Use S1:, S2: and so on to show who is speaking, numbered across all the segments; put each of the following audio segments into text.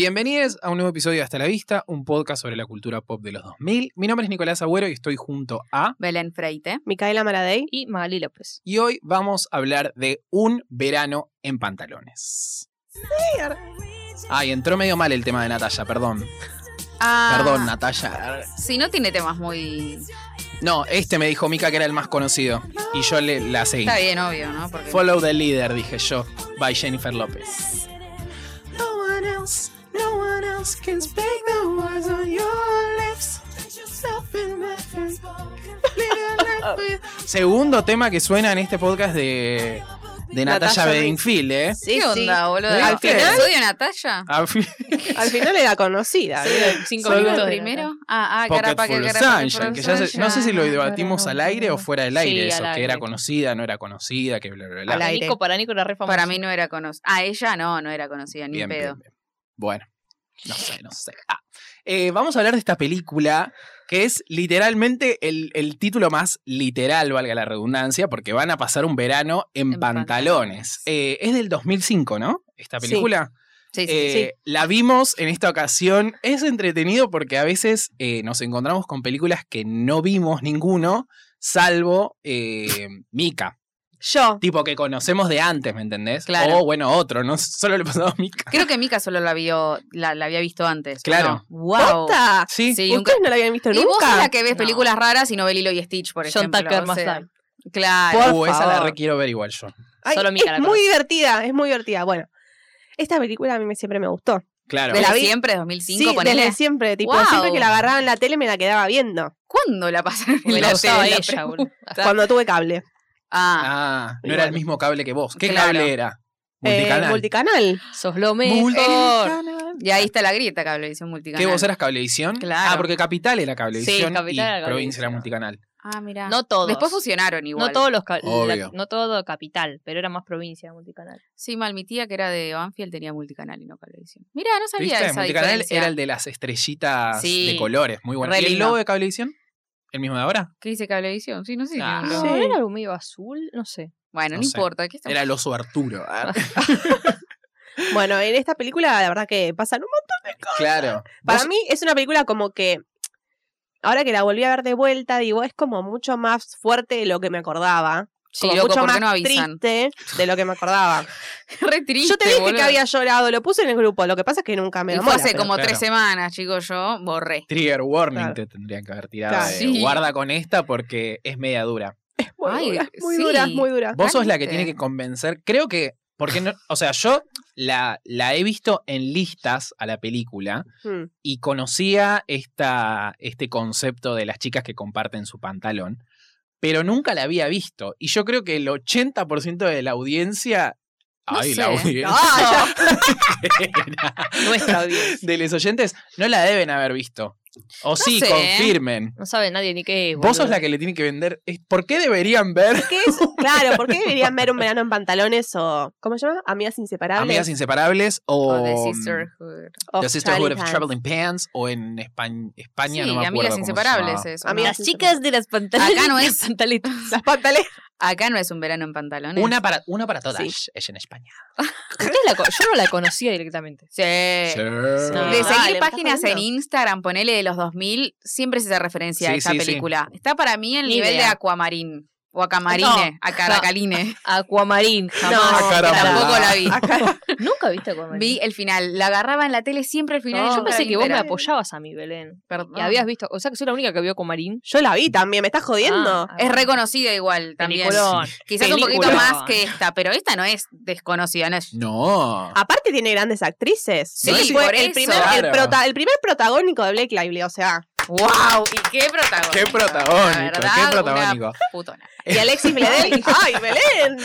S1: Bienvenidos a un nuevo episodio de Hasta la Vista, un podcast sobre la cultura pop de los 2000. Mi nombre es Nicolás Agüero y estoy junto a...
S2: Belén Freite
S3: Micaela Maradei.
S2: y Magali
S4: pues.
S2: López.
S1: Y hoy vamos a hablar de un verano en pantalones. Ay, entró medio mal el tema de Natalia, perdón. Perdón, Natalia.
S2: Si Ah, no tiene temas muy.
S1: No, este me dijo Mika que era el más conocido y yo le, la seguí.
S2: Está bien, obvio, ¿no? Porque
S1: Follow the Leader, dije yo, by Jennifer López. No one else, no one else can speak the words on your lips. Segundo tema que suena en este podcast de, de Natalia
S3: Natalia
S1: Bedingfield, Ah, ¿eh?
S3: Sí,
S2: ¿Qué onda, boludo?
S1: ¿Viste?
S2: ¿Al final? ¿Episodio Natalia?
S1: A fin-
S3: Al final era conocida. ¿viste?
S4: cinco
S1: Solo-
S4: minutos
S2: ¿Lo
S4: de
S2: primero? Ah, ah,
S1: Pocket
S2: carapa, que
S1: Full of
S2: carapa, que
S1: Sunshine,
S2: por
S1: que ya se- no sé si lo
S4: Sunshine,
S1: debatimos al
S4: pero-
S1: aire o fuera del aire
S4: Sí,
S1: eso,
S4: al
S1: que era
S4: aire.
S1: conocida, no era conocida, que bla, bla, bla.
S3: Al
S4: Para
S3: aire.
S4: Nico, para Nico era re famoso.
S2: Para mí no era conocida. Ah, ella no, no era conocida, ni
S1: Bien,
S2: un pedo.
S1: bien, bien. Bueno, no sé, no sé. Ah, eh, vamos a hablar de esta película que es literalmente el, el título más literal, valga la redundancia, porque van a pasar un verano en,
S2: En
S1: pantalones.
S2: pantalones.
S1: Eh, es del 2005, ¿no? Esta
S3: Sí.
S1: película.
S2: Sí, sí,
S1: Eh, La vimos en esta ocasión. Es entretenido porque a veces eh, nos encontramos con películas que no vimos ninguno, salvo eh, Mika.
S3: Yo.
S1: Tipo que conocemos de antes, ¿me entendés?
S2: Claro.
S1: O bueno, otro, no solo le pasaba a Mika.
S2: Creo que Mika solo la vio, la, la había visto antes. ¿o
S1: Claro.
S2: no? Wow.
S3: ¡Posta!
S1: Sí,
S2: Sí, nunca-
S3: ¿Ustedes no la habían visto
S2: Y vos sos la
S3: nunca?
S2: que ves
S4: No.
S2: películas raras y no ve Lilo y Stitch, por
S4: John
S2: ejemplo.
S4: Tucker
S2: o
S4: más
S2: sea,
S4: tarde.
S2: Claro.
S1: Uh,
S3: Por
S1: esa la
S3: favor.
S1: re quiero ver igual yo.
S4: Solo Mica la
S3: es muy
S4: conoce.
S3: divertida, es muy divertida. Bueno, esta película a mí me- siempre me gustó.
S1: Claro.
S2: ¿De
S3: la
S2: la
S3: vi-
S2: siempre, 2005,
S3: sí,
S2: ponele?
S3: desde siempre, tipo,
S2: Wow.
S3: siempre que la agarraba en la tele me la quedaba viendo.
S2: ¿Cuándo la pasaron en
S4: Me
S2: la
S4: la gustaba
S2: tele?
S4: ella, boludo.
S3: Cuando tuve cable.
S2: Ah,
S1: Ah, no
S3: Igual.
S1: era el mismo cable que vos. ¿Qué
S2: Claro.
S1: cable era?
S3: Eh,
S1: Multicanal.
S3: multicanal.
S4: Sos lo mejor.
S1: Multicanal.
S2: y ahí está la grieta cablevisión multicanal.
S1: ¿Qué vos eras cablevisión?
S2: Claro.
S1: Ah, porque capital era cablevisión
S4: Sí, Capital
S1: y
S4: era Cablevisión.
S1: provincia era multicanal.
S2: Ah, mira.
S4: No todos.
S2: Después fusionaron igual.
S4: No todos los ca- la-
S1: Obvio.
S4: no todo capital, pero era más provincia multicanal.
S2: Sí, mal, mi tía que era de Banfield tenía multicanal y no cablevisión. Mira, no sabía
S1: ¿Viste?
S2: esa
S1: Multicanal
S2: diferencia.
S1: era el de las estrellitas
S2: Sí.
S1: de colores, muy bueno.
S2: Re
S1: ¿Y el
S2: lindo.
S1: logo de cablevisión? ¿El mismo de ahora?
S2: ¿Qué dice cablevisión? Sí, no sé. si
S1: Ah.
S2: tiene un logo.
S3: Sí.
S4: No, era algo medio azul, no sé.
S2: Bueno, no,
S1: No sé.
S2: importa. ¿qué estamos-
S1: Era el oso Arturo. Ah,
S3: Bueno, en esta película la verdad que pasan un montón.
S1: claro.
S3: Para
S1: Vos-
S3: mí es una película como que, ahora que la volví a ver de vuelta, digo, es como mucho más fuerte de lo que me acordaba.
S2: Sí,
S3: como
S2: loco,
S3: mucho
S2: ¿por
S3: más
S2: qué no avisan?
S3: triste de lo que me acordaba.
S2: Re triste,
S3: Yo te dije que
S2: boludo.
S3: había llorado, lo puse en el grupo, lo que pasa es que nunca me
S2: Y
S3: lo
S2: fue hace como
S1: claro.
S2: tres semanas, chicos, yo borré.
S1: Trigger warning
S3: Claro.
S1: te tendrían que haber tirado.
S3: Claro.
S1: de,
S2: Sí.
S1: Guarda con esta porque es media dura.
S3: Muy
S2: Ay,
S3: dura, muy
S2: sí.
S3: dura, muy dura.
S1: Vos sos la que
S2: Realmente.
S1: tiene que convencer. Creo que. Porque no, o sea, yo la, la he visto en listas a la película
S3: Mm.
S1: y conocía esta, este concepto de las chicas que comparten su pantalón, pero nunca la había visto. Y yo creo que el 80% de la audiencia.
S2: No
S1: ay,
S2: sé.
S1: la audiencia.
S2: Ah,
S4: Nuestra audiencia.
S1: De los oyentes, no la deben haber visto. O sí,
S2: sé.
S1: confirmen.
S4: No sabe nadie ni qué es.
S1: Vos sos la que le tiene que vender. es- ¿Por qué deberían ver
S3: ¿Qué es? Claro, ¿por qué deberían ver un verano en pantalones o, ¿cómo se llama? Amigas inseparables.
S1: Amigas Inseparables o.
S2: o The Sisterhood.
S3: of
S1: The Sisterhood of
S3: Oh, Charlie
S1: Traveling
S3: Hands.
S1: Pants o en España, España
S2: sí,
S1: no me acuerdo
S2: amigas
S1: cómo se
S2: inseparables
S1: llamaba. Ah,
S2: eso.
S4: Ah,
S3: Amigas
S2: ¿no?
S3: chicas
S4: de las pantaletas.
S2: Acá no es.
S3: Las pantaletas.
S2: Acá no es un verano en pantalones.
S1: Una para, una para todas
S3: Sí.
S1: es en España.
S4: yo no la conocía directamente.
S2: Sí.
S3: No.
S2: De
S3: Dale, ¿me
S2: seguir
S3: estás
S2: páginas en
S3: jodiendo?
S2: Instagram, ponele de los 2000, siempre se hace referencia
S1: Sí,
S2: a esta
S1: sí, sí.
S2: película. Está para mí el
S4: Ni
S2: nivel de
S4: idea.
S2: Aquamarín. O Acamarine, a Caracaline.
S4: Aquamarín, jamás.
S3: No,
S1: Ah, caramba.
S2: Tampoco la vi.
S4: Nunca viste Aquamarín.
S2: Vi el final. La agarraba en la tele siempre al final.
S3: No,
S2: y
S4: yo pensé que vos me
S2: entera.
S4: apoyabas a mí, Belén.
S2: Perdón.
S4: Y habías visto, o sea que soy la única que vio Aquamarín.
S3: Yo la vi también, ¿me estás jodiendo?
S4: Ah,
S2: Es reconocida igual también.
S4: Peliculón.
S2: Quizás un poquito
S4: Peliculón.
S2: más que esta, pero esta no es desconocida. No es...
S1: No.
S3: Aparte tiene grandes actrices.
S2: Sí,
S3: Fue
S2: por
S3: el,
S2: eso.
S3: Primer,
S1: Claro.
S3: el, prota- el primer protagónico de Blake Lively, o sea.
S2: ¡Wow! ¿Y qué protagónico?
S1: Qué
S2: La
S1: protagónico,
S2: verdad,
S1: qué
S2: una
S1: protagónico.
S2: putona.
S3: Y Alexis Bledel. ¡Ay, Belén!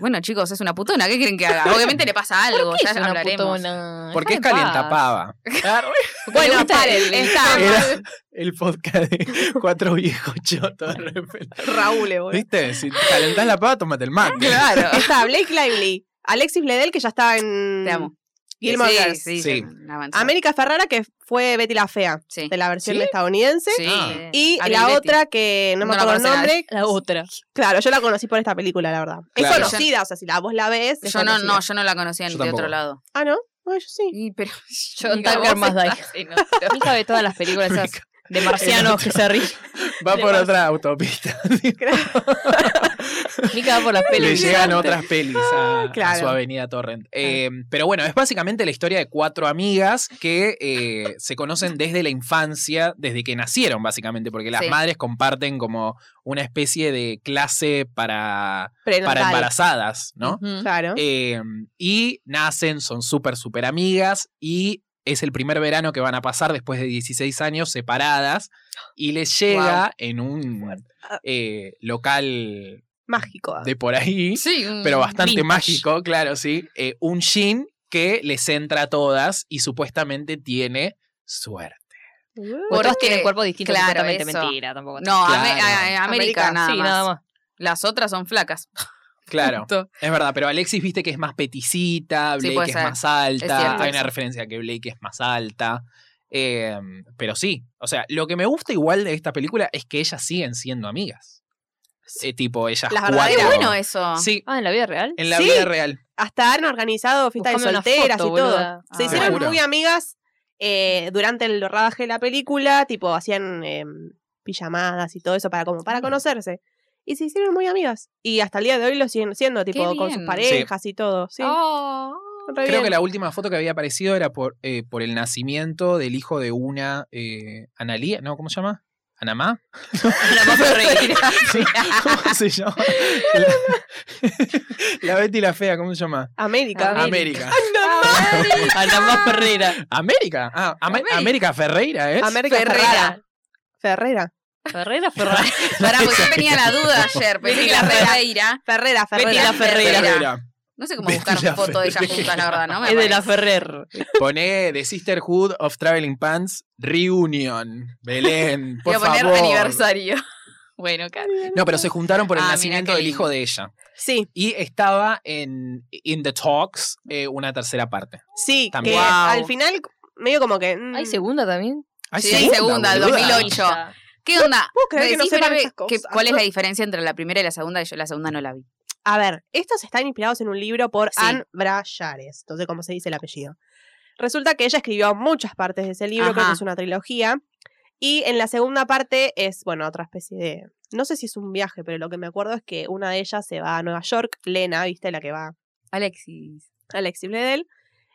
S2: Bueno, chicos, es una putona. ¿Qué quieren que haga? Obviamente le pasa algo.
S4: ¿Por qué
S2: ya
S4: es una
S2: hablaremos.
S4: putona?
S1: Porque es
S4: Déjame en paz.
S1: calientapava.
S4: Porque le
S2: Bueno,
S4: gusta
S2: paren,
S4: el-
S2: está
S1: Era
S2: mal.
S1: el podcast de cuatro viejos chotos. de repente.
S3: Raúl, eh, boludo.
S1: ¿Viste? Si calentás la pava, tomate el mate.
S2: Claro.
S3: Está Blake Lively. Alexis Bledel, que ya estaba en
S2: Te amo.
S3: Mm, Gilmore
S2: sí,
S3: Girls.
S2: Sí,
S1: Sí.
S2: sí. una avanzada.
S3: América Ferrara, que fue Betty la Fea,
S2: Sí.
S3: de la versión
S1: ¿Sí?
S3: estadounidense.
S2: Sí.
S1: Ah.
S3: Y
S2: Abby
S3: la
S2: Betty.
S3: otra que no me
S2: No la
S3: acuerdo el
S2: conoce nadie.
S3: nombre.
S4: La otra.
S3: Claro, yo la conocí por esta película, la verdad.
S1: Claro.
S3: Es conocida, o sea, si la vos la ves. es
S2: Yo no,
S3: conocida.
S2: no, yo no la conocía
S1: Yo
S2: ni de
S1: tampoco.
S2: otro lado.
S3: Ah, ¿no? Bueno, yo sí.
S2: Y, pero
S4: John Tucker más de ahí. Hija de todas las películas esas de marcianos que se ríen.
S1: Va
S3: Le
S1: por
S3: pasa.
S1: otra autopista.
S4: Mica va por las
S1: Le
S4: pelis.
S1: llegan otras pelis a, a
S3: claro.
S1: su avenida Torrent. Eh, pero bueno, es básicamente la historia de cuatro amigas que eh, se conocen desde la infancia, desde que nacieron, básicamente, porque las
S2: Sí.
S1: madres comparten como una especie de clase para,
S3: Prenatal.
S1: para embarazadas, ¿no?
S3: Claro.
S1: Eh, y nacen, son súper, súper amigas y es el primer verano que van a pasar después de 16 años separadas y les llega en un eh, local
S3: Mágico.
S1: de por ahí,
S2: Sí, un-
S1: pero bastante
S4: vintage.
S1: mágico, claro, sí, eh, un jean que les entra a todas y supuestamente tiene suerte.
S3: Uh.
S4: Porque todas
S2: Porque-
S4: tienen cuerpos distintos.
S2: claro,
S4: completamente
S2: eso.
S4: mentira, tampoco.
S2: No,
S1: Claro.
S2: Ame- a- a- América,
S3: América,
S2: nada,
S4: sí,
S2: más.
S4: nada más.
S2: Las otras son flacas.
S1: Claro,
S2: Punto.
S1: es verdad, pero Alexis viste que es más peticita,
S2: Sí,
S1: Blake
S2: puede
S1: es
S2: ser.
S1: más alta,
S2: Es cierto
S1: hay una
S2: eso.
S1: referencia que Blake es más alta. eh, pero sí, o sea, lo que me gusta igual de esta película es que ellas siguen siendo amigas. Eh, tipo, ellas
S3: Las
S1: cuatro.
S2: Qué
S3: verdaderas. Claro.
S2: bueno eso.
S1: Sí,
S4: Ah, en la vida real.
S1: en la
S3: Sí.
S1: vida real.
S3: Hasta han organizado fiestas de
S4: Buscame una
S3: solteras
S4: foto,
S3: y todo.
S4: boluda.
S3: Se
S2: Ah.
S3: hicieron
S1: Seguro.
S3: muy amigas eh, durante el rodaje de la película, tipo hacían eh, pijamadas y todo eso para como
S2: Mm.
S3: para conocerse. Y se hicieron muy amigas. Y hasta el día de hoy lo siguen siendo, tipo con sus
S2: bien.
S3: parejas y todo. Sí.
S4: Ah.
S2: Oh.
S3: Re
S1: Creo
S3: bien.
S1: que la última foto que había aparecido era por, eh, por el nacimiento del hijo de una eh, Analía, ¿no? ¿Cómo se llama? ¿Anamá?
S4: La más reír.
S1: ¿Cómo se llama? La, la Betty la Fea, ¿cómo se llama?
S3: América.
S1: América.
S2: Ah,
S4: A la más Ferreira.
S1: América. Ah, Ama-
S2: América.
S1: América Ferreira es.
S3: América
S2: Ferrera.
S3: Ferrera. Ferrera.
S4: Ferreira, Ferreira.
S2: Pará, porque yo tenía la duda ayer. Pensé
S4: Betty
S2: que la
S4: la
S2: Ferreira.
S3: Ferrera,
S4: Betty
S3: Ferrera.
S4: la Ferreira.
S2: No sé cómo
S1: Betty
S2: buscar
S1: la
S2: foto de ellas
S1: Ferreira.
S2: juntas, la verdad, ¿no? Me
S4: Es de la
S2: parece.
S4: Ferrer.
S1: Poné The Sisterhood of Traveling Pants Reunion. Belén, por
S2: Voy a poner
S1: favor.
S2: aniversario. Bueno, claro.
S1: No, pero se juntaron por el
S2: Ah, mira
S1: nacimiento
S2: qué
S1: del
S2: lindo.
S1: hijo de ella.
S3: Sí,
S1: Y estaba en In the Talks eh, una tercera parte.
S3: sí.
S1: También.
S3: Que
S2: Wow.
S3: al final, medio como que. mm,
S4: ¿Hay segunda también?
S1: Ay,
S2: Sí, hay segunda, el
S1: boluda.
S2: 2008. ¿Qué onda?
S3: ¿Puedo creer que no
S2: Decime,
S3: sepan
S2: Bebe,
S3: esas
S2: que-
S3: cosas?
S2: eh, ¿Cuál es la diferencia entre la primera y la segunda? Yo la segunda no la vi.
S3: A ver, estos están inspirados en un libro por
S2: Sí.
S3: Anne Brallares, entonces cómo se dice el apellido. Resulta que ella escribió muchas partes de ese libro, creo
S2: Ajá.
S3: que es una trilogía, y en la segunda parte es, bueno, otra especie de... No sé si es un viaje, pero lo que me acuerdo es que una de ellas se va a Nueva York, Lena, viste, la que va
S2: Alexis.
S3: Alexis Bledel,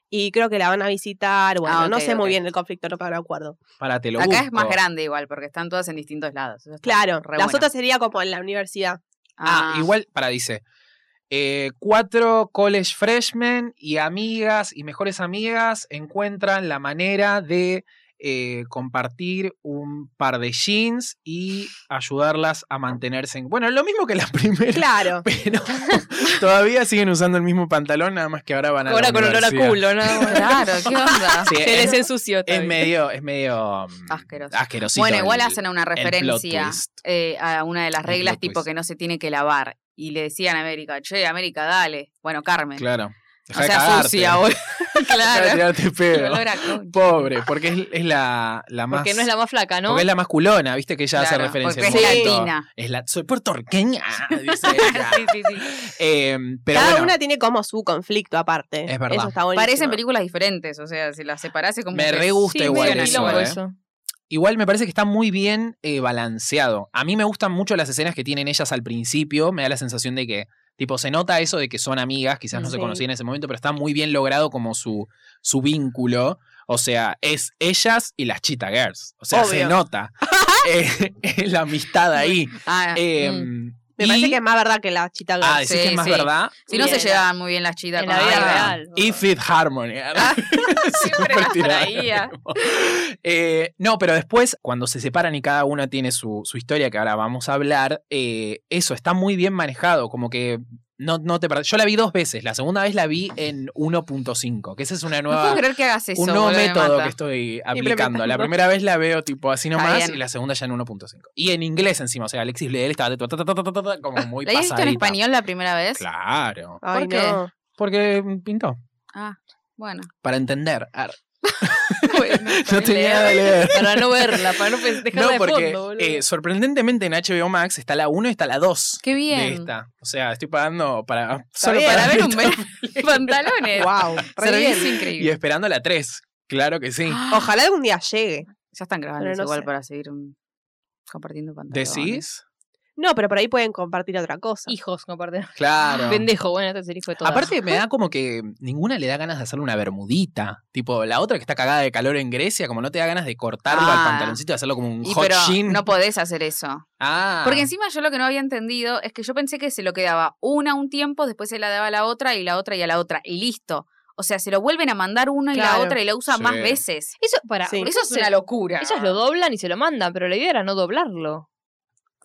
S3: y creo que la van a visitar, bueno,
S2: Ah,
S3: no
S2: ok,
S3: sé muy
S2: ok.
S3: bien el conflicto, no me acuerdo.
S1: Para te lo
S2: Acá es
S1: busco.
S2: más grande igual, porque están todas en distintos lados. Eso está
S3: Claro,
S2: re
S3: las
S2: bueno.
S3: otras sería como en la universidad.
S1: Ah, igual, para, dice. eh, cuatro college freshmen y amigas y mejores amigas encuentran la manera de eh, compartir un par de jeans y ayudarlas a mantenerse en. Bueno, lo mismo que la primera,
S3: Claro,
S1: pero todavía siguen usando el mismo pantalón, nada más que ahora van a. la
S4: Ahora con olor a
S1: universidad.
S4: culo, nada más.
S2: Claro, ¿qué onda?
S1: Sí,
S4: Se
S1: es,
S4: les ensució
S1: es
S4: también.
S1: medio. Es medio. mm,
S2: Asqueroso.
S1: asquerosito
S2: Bueno, igual
S1: el-
S2: hacen una
S1: plot
S2: referencia
S1: twist.
S2: eh, a una de las
S1: El
S2: reglas
S1: plot
S2: tipo
S1: twist.
S2: que no se tiene que lavar. Y le decían a América, che, América, dale. Bueno, Carmen.
S1: Claro.
S2: O
S1: Deja de
S2: sea,
S1: cagarte.
S2: sucia hoy.
S1: Deja de
S2: claro.
S1: tirarte pedo.
S2: Olor a concha.
S1: Pobre, porque es, es la, la más.
S4: Porque no es la más flaca, ¿no?
S1: Porque es la más culona, viste que ella hace
S2: Claro,
S1: referencia. en
S2: Porque
S1: un
S2: es
S1: momento.
S2: latina.
S1: Es la, soy puertorqueña, dice ella.
S2: Sí, sí, sí.
S1: Eh, pero
S3: cada
S1: bueno,
S3: una tiene como su conflicto aparte.
S1: Es verdad.
S3: Eso está buenísimo.
S2: Parecen películas diferentes, o sea, si las separase como.
S1: Me
S2: que
S1: re gusta
S2: sí,
S1: igual
S4: medio
S2: funciona.
S1: eso,
S4: quilombo
S1: eh. igual me parece que está muy bien eh, balanceado. A mí me gustan mucho las escenas que tienen ellas al principio. Me da la sensación de que, tipo, se nota eso de que son amigas, quizás no se
S3: Sí.
S1: conocían en ese momento, pero está muy bien logrado como su, su vínculo. O sea, es ellas y las Cheetah Girls. O sea, se
S3: Obvio.
S1: nota Eh, la amistad ahí.
S2: Ah,
S1: Eh,
S3: mm. Me parece
S1: y-
S3: que es más verdad que la chita
S1: Ah,
S3: Girls.
S1: decís que es
S2: Sí,
S1: más
S2: sí.
S1: verdad.
S2: si no se
S3: bien.
S2: llevaban muy bien las chidas
S4: En
S2: con
S4: la vida
S2: América.
S4: real.
S1: Y Fit Harmony. Ah,
S2: siempre las
S1: tirada
S2: traía.
S1: de mismo. Eh, no, pero después, cuando se separan y cada uno tiene su, su historia, que ahora vamos a hablar, eh, eso está muy bien manejado. Como que no, no te perdés. Yo la vi dos veces. La segunda vez la vi en 1.5, que esa es una
S2: No puedo
S1: nueva.
S2: creer que hagas eso.
S1: un nuevo
S2: boludo, me
S1: método
S2: mata.
S1: que estoy aplicando. La
S3: Implementando.
S1: primera vez la veo tipo así nomás
S2: bien.
S1: y la segunda ya en 1.5. Y en inglés encima, o sea, Alexis Bledel estaba de ta, ta, ta, ta, ta, ta, como muy
S2: ¿La habías visto en
S1: pasadita.
S2: español la primera vez?
S1: Claro.
S3: Ay,
S2: ¿Por qué?
S3: no.
S1: Porque pintó.
S2: Bueno.
S1: Para entender. ar.
S2: Bueno,
S1: No
S2: también
S1: tenía
S2: leer.
S1: nada de leer.
S4: Para no verla, para no pe-
S1: No,
S4: Pues, dejarla de
S1: porque
S4: fondo, boludo.
S1: eh, sorprendentemente en HBO Max está la 1 y está la 2
S4: Qué
S1: de
S4: bien.
S1: esta. O sea, estoy pagando para solo
S3: bien,
S1: para
S2: Para ver un
S1: esto
S2: mes- pantalones.
S3: Wow, re bien.
S2: Servicio
S1: y
S2: increíble.
S1: esperando la 3. Claro que sí.
S2: Ah,
S3: Ojalá algún día llegue.
S2: Ya están grabando
S3: Pero no
S2: igual
S3: sé.
S2: para seguir mm, compartiendo pantalones.
S1: ¿Decís?
S3: No, pero por ahí pueden compartir otra cosa.
S4: Hijos, no perder.
S1: Claro.
S4: Pendejo, bueno, este es el hijo de todas.
S1: Aparte me da como que ninguna le da ganas de hacerle una bermudita. Tipo, la otra que está cagada de calor en Grecia, como no te da ganas de cortarlo al
S2: Ah.
S1: pantaloncito y hacerlo como un
S2: Y
S1: hot
S2: pero
S1: jean.
S2: no podés hacer eso.
S1: ah.
S2: Porque encima yo lo que no había entendido es que yo pensé que se lo quedaba una un tiempo, después se la daba a la otra y la otra y a la otra y listo. O sea, se lo vuelven a mandar una y
S3: Claro.
S2: la otra y la usa
S1: Sí.
S2: más veces.
S4: Eso, para,
S3: Sí.
S2: Eso es una locura.
S4: Ellas lo doblan y se lo mandan, pero la idea era no doblarlo.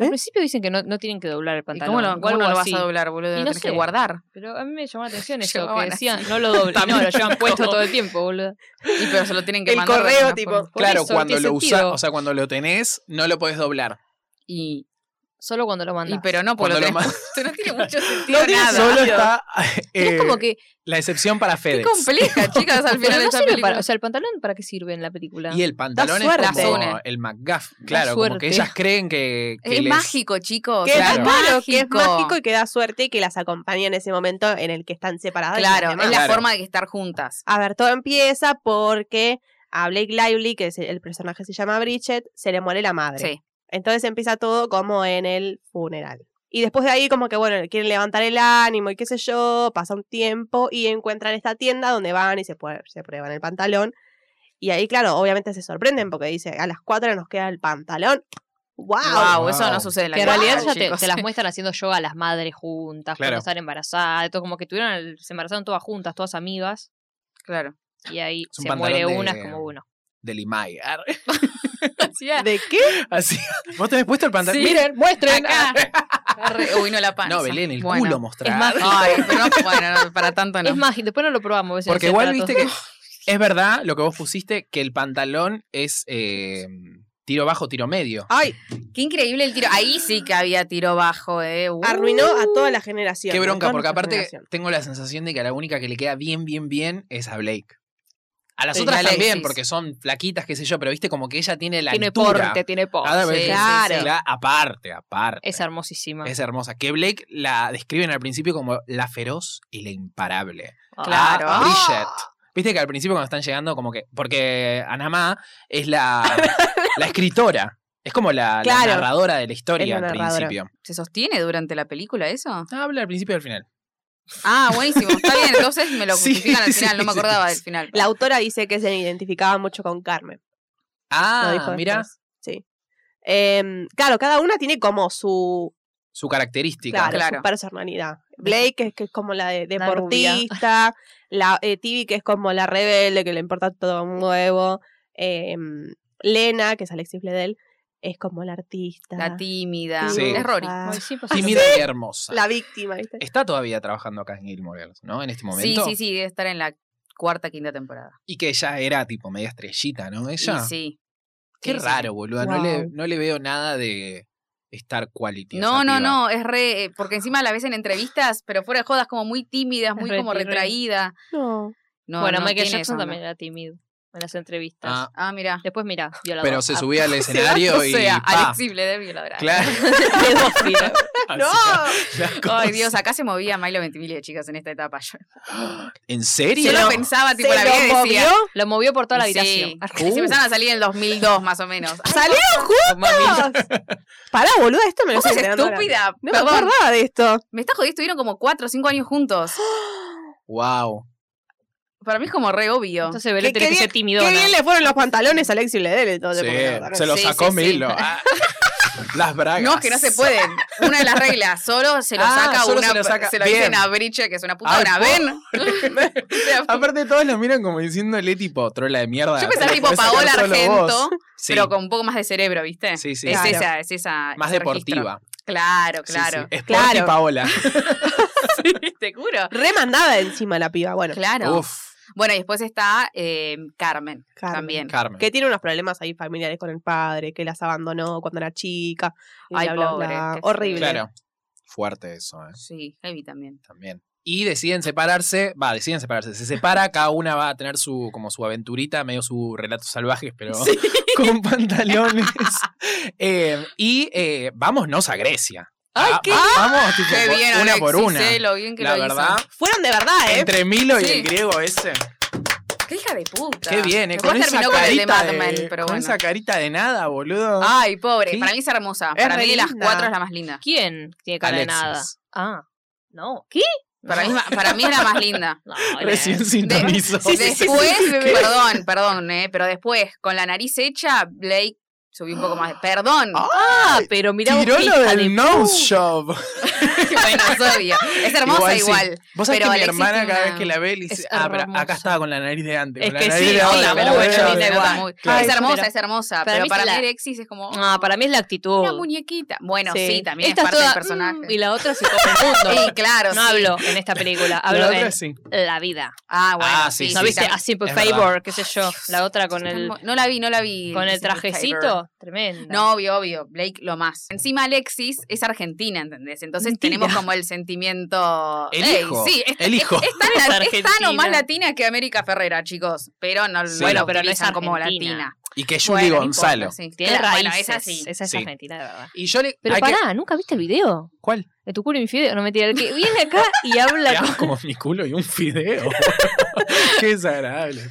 S4: Al
S3: ¿Eh?
S4: principio dicen que no, no tienen que doblar el
S2: ¿Y
S4: pantalón.
S2: cómo
S4: o
S2: lo,
S4: algo
S2: cómo no lo vas
S4: así.
S2: a doblar, boludo?
S4: Y
S2: Lo
S4: no
S2: tenés que
S4: sé.
S2: guardar.
S4: Pero a mí me llamó la atención eso, que
S2: Llevaban
S4: decían, no lo doblen.
S1: También
S4: No, lo llevan
S1: como-
S4: puesto todo el tiempo, boludo.
S2: Y pero se lo tienen que
S3: El
S2: mandar. de
S3: correo,
S2: alguna
S3: tipo,
S2: forma.
S4: Por
S1: Claro,
S4: eso,
S1: cuando
S4: tiene
S1: lo usás,
S4: sentido.
S1: o sea, cuando lo tenés, no lo podés doblar.
S2: Y,
S4: Solo cuando lo
S2: y
S4: mandan.
S2: pero no, porque
S1: Cuando
S2: lo
S1: lo
S2: tenés
S1: mandas.
S2: puesto, No tiene mucho sentido
S3: tiene
S2: nada.
S1: Solo está
S4: Pero
S1: eh,
S4: es como que.
S1: la excepción para
S2: Qué
S1: FedEx.
S2: compleja, chicas, al
S4: Pero
S2: final de
S4: no
S2: esta
S4: sirve
S2: película.
S4: para. O sea, el pantalón, ¿para qué sirve en la película?
S1: Y el pantalón es
S3: suerte.
S1: como
S2: Zone.
S1: el MacGuff. Claro, como que
S4: suerte.
S1: ellas creen que, que
S2: es
S1: les-
S2: mágico, chicos.
S3: Que
S1: Claro.
S3: es mágico, que es mágico y que da suerte y que las acompaña en ese momento en el que están separadas. y
S2: Claro,
S3: nada
S2: es la
S3: más.
S1: Claro.
S2: forma de que estar juntas.
S3: A ver, todo empieza porque a Blake Lively, que es el- el personaje se llama Bridget, se le muere la madre.
S2: Sí.
S3: Entonces empieza todo como en el funeral. Y después de ahí como que, bueno, quieren levantar el ánimo y qué sé yo, pasa un tiempo y encuentran esta tienda donde van y se, pue- se prueban el pantalón. Y ahí, claro, obviamente se sorprenden porque dice, a las 4 nos queda el pantalón. ¡Wow!
S2: Wow,
S1: Wow.
S2: eso no sucede en la
S4: que en
S2: vida
S4: realidad
S2: real,
S4: ya te,
S2: chicos.
S4: te las muestran haciendo yoga a las madres juntas,
S1: Claro.
S4: cuando están embarazadas, todo como que tuvieron el- se embarazaron todas juntas, todas amigas,
S2: Claro.
S4: y ahí
S1: Es un
S4: se muere
S1: pantalón
S4: una,
S1: de-
S4: es como bueno.
S1: de Limay. Ar-
S3: ¿De qué?
S1: Así. Vos tenés puesto el pantalón.
S2: Sí.
S1: Miren, muestren.
S2: Acá.
S1: Ah.
S2: Arre- Uy, no la panza.
S1: No, Belén, el
S2: Bueno.
S1: culo mostrar.
S4: Es mágico.
S2: Ay, pero no, bueno, no, para tanto no.
S4: Es mágico, después no lo probamos. ese-
S1: Porque
S4: ese
S1: igual
S4: plato.
S1: viste que es verdad lo que vos pusiste, que el pantalón es eh, tiro bajo, tiro medio.
S3: ¡Ay!
S2: Qué increíble el tiro. Ahí sí que había tiro bajo, eh. Uh.
S3: Arruinó a toda la generación.
S1: Qué
S3: a
S1: bronca,
S3: toda
S1: porque
S3: nuestra
S1: aparte
S3: generación.
S1: tengo la sensación de que a la única que le queda bien, bien, bien es a Blake. A las
S2: Sí,
S1: otras
S2: Alexis.
S1: también, porque son flaquitas, qué sé yo, pero viste como que ella tiene la
S4: tiene
S1: altura.
S4: porte, tiene porte.
S1: Cada vez-
S2: Sí, sí,
S3: Claro.
S2: sí.
S1: La- aparte, aparte.
S4: Es hermosísima.
S1: Es hermosa. Que Blake la describen al principio como la feroz y la imparable.
S4: Ah,
S2: Claro.
S1: A Bridget. Viste que al principio cuando están llegando, como que. Porque Anamá es la, la escritora. Es como la, la
S3: Claro.
S1: narradora de la
S3: Es
S1: historia
S3: la
S1: al
S3: narradora.
S1: principio.
S2: ¿Se sostiene durante la película eso?
S1: Habla al principio y al final.
S2: Ah, buenísimo. Está bien, entonces me lo
S1: Sí,
S2: justifican al
S1: sí,
S2: final. No me
S1: sí,
S2: acordaba
S1: sí.
S2: del final.
S3: La autora dice que se identificaba mucho con Carmen. lo
S1: Ah,
S3: dijo
S1: mira
S3: después. Sí. Em, claro, cada una tiene como su,
S1: su característica.
S3: claro,
S2: Claro.
S3: su personalidad. Blake, que es, que es como la de-
S4: La rubia.
S3: deportista, la, eh, Tibi, que es como la rebelde, que le importa todo un huevo. em, Lena, que es Alexis Bledel, es como la artista.
S2: La tímida.
S1: Sí. Eh,
S2: Es Rory.
S3: Ah,
S4: Ay, sí, pues,
S1: Tímida y hermosa.
S3: La víctima, ¿viste?
S1: Está todavía trabajando acá en Gilmore Girls, ¿no? En este
S2: Sí,
S1: momento.
S2: sí, sí, debe estar en la cuarta, quinta temporada.
S1: Y que ella era tipo media estrellita, ¿no?
S2: Y
S1: Ella.
S2: sí.
S1: Qué
S2: Sí, sí.
S1: raro, boludo. No, le,
S3: Wow.
S1: no le veo nada de estar quality. a
S2: No,
S1: esa
S2: no,
S1: piba.
S2: no, es re, eh, porque encima la ves en entrevistas, pero fuera de jodas, como muy tímida, es muy
S4: re
S2: como
S4: tirre.
S2: retraída.
S3: No.
S2: No,
S4: bueno,
S2: no
S4: Michael
S2: tiene esa
S4: Jackson
S2: onda.
S4: también era tímido en las entrevistas.
S1: Ah,
S2: Ah, mira.
S4: Después, mira, violador.
S1: pero se
S4: Ah,
S1: subía al escenario y.
S2: o sea,
S1: pa.
S2: Alexis Bledel violadora.
S1: Claro.
S4: pedófilo.
S3: ¡No!
S2: Ay, Dios, acá se movía Milo Ventimiglia, chicas, en esta etapa. Yo,
S1: ¿En
S2: yo
S1: serio?
S2: lo pensaba, tipo, la
S3: ¿Se
S2: vida y
S3: lo
S2: decía.
S3: movió?
S4: Lo movió por toda la habitación.
S2: Sí.
S4: Ah,
S1: Uh,
S2: Se empezaron a salir en el 2002, más o menos. Ay,
S3: ¡Salieron juntos! Pará, boluda, esto me lo
S2: vos
S3: estoy
S2: sos
S3: enterando ahora.
S2: estúpida.
S3: No me
S2: Perdón.
S3: acordaba de esto.
S2: Me está jodido, estuvieron como 4 o 5 años juntos.
S1: Wow.
S2: Para mí es como re obvio.
S4: Entonces Belén
S3: Qué-
S4: tiene
S3: qué
S4: que ser
S3: Qué
S4: timidona.
S3: bien le fueron los pantalones a Alexis Bledel. entonces, porque la verdad no
S1: se lo
S2: Sí,
S1: sacó
S2: sí,
S1: Milo.
S2: sí.
S1: Ah, Las bragas.
S2: No, es que no se pueden. Una de las reglas, solo se lo
S1: Ah,
S2: saca
S1: solo
S2: una.
S1: se lo saca. Bien.
S2: dicen a Briche, que es una puta
S1: Ay,
S2: una
S1: po-
S2: ven. O sea,
S1: Aparte, todos lo miran como diciéndole, tipo, trola de mierda.
S2: yo pensaba
S1: te lo
S2: tipo
S1: podés sacar
S2: Paola
S1: solo
S2: Argento,
S1: vos. Sí,
S2: pero con un poco más de cerebro, ¿viste?
S1: Sí, sí,
S2: Es
S1: claro.
S2: esa, es esa.
S1: más
S2: ese registro.
S1: deportiva.
S2: Claro,
S1: Sí,
S2: claro.
S1: sí. Sporty
S3: Claro.
S1: Paola.
S2: Te juro.
S3: Remandada encima la piba, bueno.
S2: Claro.
S1: Uf,
S2: Bueno, y después está eh, Carmen,
S3: Carmen.
S2: también.
S1: Carmen.
S3: Que tiene unos problemas ahí familiares con el padre, que las abandonó cuando era chica. y
S2: Ay,
S3: bla, bla,
S2: pobre,
S3: bla.
S2: qué
S3: Horrible.
S1: Claro. Fuerte eso, eh,
S2: Sí, Heavy también.
S1: También. y deciden separarse, va, deciden separarse, se separa, cada una va a tener su como su aventurita, medio su relato salvajes, pero con pantalones. Eh, y eh, vámonos a Grecia.
S2: ¡Ay,
S1: Ah,
S2: qué-
S1: va- Vamos, tipo,
S2: Qué
S1: por-
S2: bien,
S1: una por
S2: Alexis,
S1: una.
S2: eh, lo bien que
S1: la
S2: lo hizo.
S1: verdad,
S3: Fueron de verdad, ¿eh?
S1: entre Milo y
S2: Sí.
S1: el griego ese.
S2: Qué hija de puta.
S1: Qué bien, eh,
S2: Después
S1: con esa
S2: terminó con el de
S1: carita
S2: Mad
S1: de,
S2: Men, pero
S1: con
S2: bueno.
S1: esa
S2: Ah,
S1: carita de nada, boludo.
S2: Ay, pobre.
S1: Sí.
S2: Para mí es hermosa.
S3: Es
S2: Para
S3: re
S2: mí de las
S3: linda.
S2: cuatro es la más linda.
S4: ¿Quién tiene cara
S1: Alexis.
S4: de nada? Ah, no. ¿Qué?
S2: Para
S4: No,
S2: mí, es ma- para mí es la más linda.
S4: no,
S1: Recién
S4: Alexis.
S1: sintonizó.
S3: Sí, sí, sí,
S2: después,
S3: sí, sí, sí.
S2: perdón, perdón, eh, pero después, con la nariz hecha, Blake subió un poco más. de- Perdón.
S4: Ah, pero mira vos
S1: Tiró
S4: qué
S1: lo
S4: hija de
S1: del nose
S4: pu-
S1: job.
S2: bueno, es obvio. Es hermosa
S1: Igual sí.
S2: igual.
S1: Vos sabés
S2: Pero
S1: que mi
S2: Alexis
S1: hermana
S2: tiene
S1: cada vez
S2: una-
S1: que la ve le dice,
S4: es
S1: ah, pero acá
S4: hermosa.
S1: estaba con la nariz de antes.
S4: Es
S1: con la
S4: que
S1: nariz
S4: sí,
S1: de
S4: no,
S1: ahora,
S4: la
S1: pero
S4: boca
S1: bueno, bien.
S4: también la- igual.
S2: muy-
S1: Claro.
S2: Es hermosa,
S4: Pero-
S2: es hermosa.
S4: para
S2: pero
S4: mí
S2: para
S4: se
S2: mí
S4: la-
S2: Alexis es como
S4: Ah, para mí es la actitud.
S2: una muñequita. Bueno, sí,
S3: Sí.
S2: también
S4: Esta
S2: es parte
S4: toda,
S2: del personaje.
S4: mm, y la otra se come el mundo.
S2: Sí, claro.
S4: no
S2: sí.
S4: hablo en esta película,
S1: La
S2: eh,
S4: hablo
S1: otra
S4: en
S1: sí.
S4: la vida.
S2: Ah, bueno.
S1: Ah,
S2: sí,
S1: sí,
S4: ¿No
S1: sí,
S4: viste?
S1: sí.
S4: A Simple
S1: Es
S4: Favor,
S1: verdad.
S4: qué sé yo. La otra con el,
S2: No la vi, no la vi.
S4: con el
S2: Elizabeth Taylor.
S4: trajecito. Tremendo.
S2: No, obvio, obvio. Blake lo más. Encima Alexis es argentina, ¿entendés? Entonces
S4: Mentira.
S2: tenemos como el sentimiento.
S1: El
S2: Ey,
S1: hijo,
S2: Sí, es,
S1: el
S2: es-
S1: hijo.
S2: Es, tan, la-
S4: Es
S2: es tan o más
S4: argentina.
S2: latina que América Ferrera, chicos. Pero no
S1: Sí.
S2: bueno,
S1: Bueno,
S4: pero
S2: pero
S4: no es
S2: como
S4: argentina.
S2: latina.
S1: Y que
S2: Bueno,
S1: Judy
S2: no
S1: Gonzalo.
S2: importa, sí.
S4: Tiene
S2: Claro,
S4: raíces.
S2: bueno, es así.
S4: Esa es
S1: Sí.
S4: argentina, de verdad.
S1: Y yo le.
S4: Pero
S1: hay que-
S4: pará, ¿nunca viste el video?
S1: ¿Cuál?
S4: De tu culo infidel. No, mentira. El que viene acá y habla
S1: Quedamos
S4: con...
S1: como mi culo y un fideo. Qué desagradable.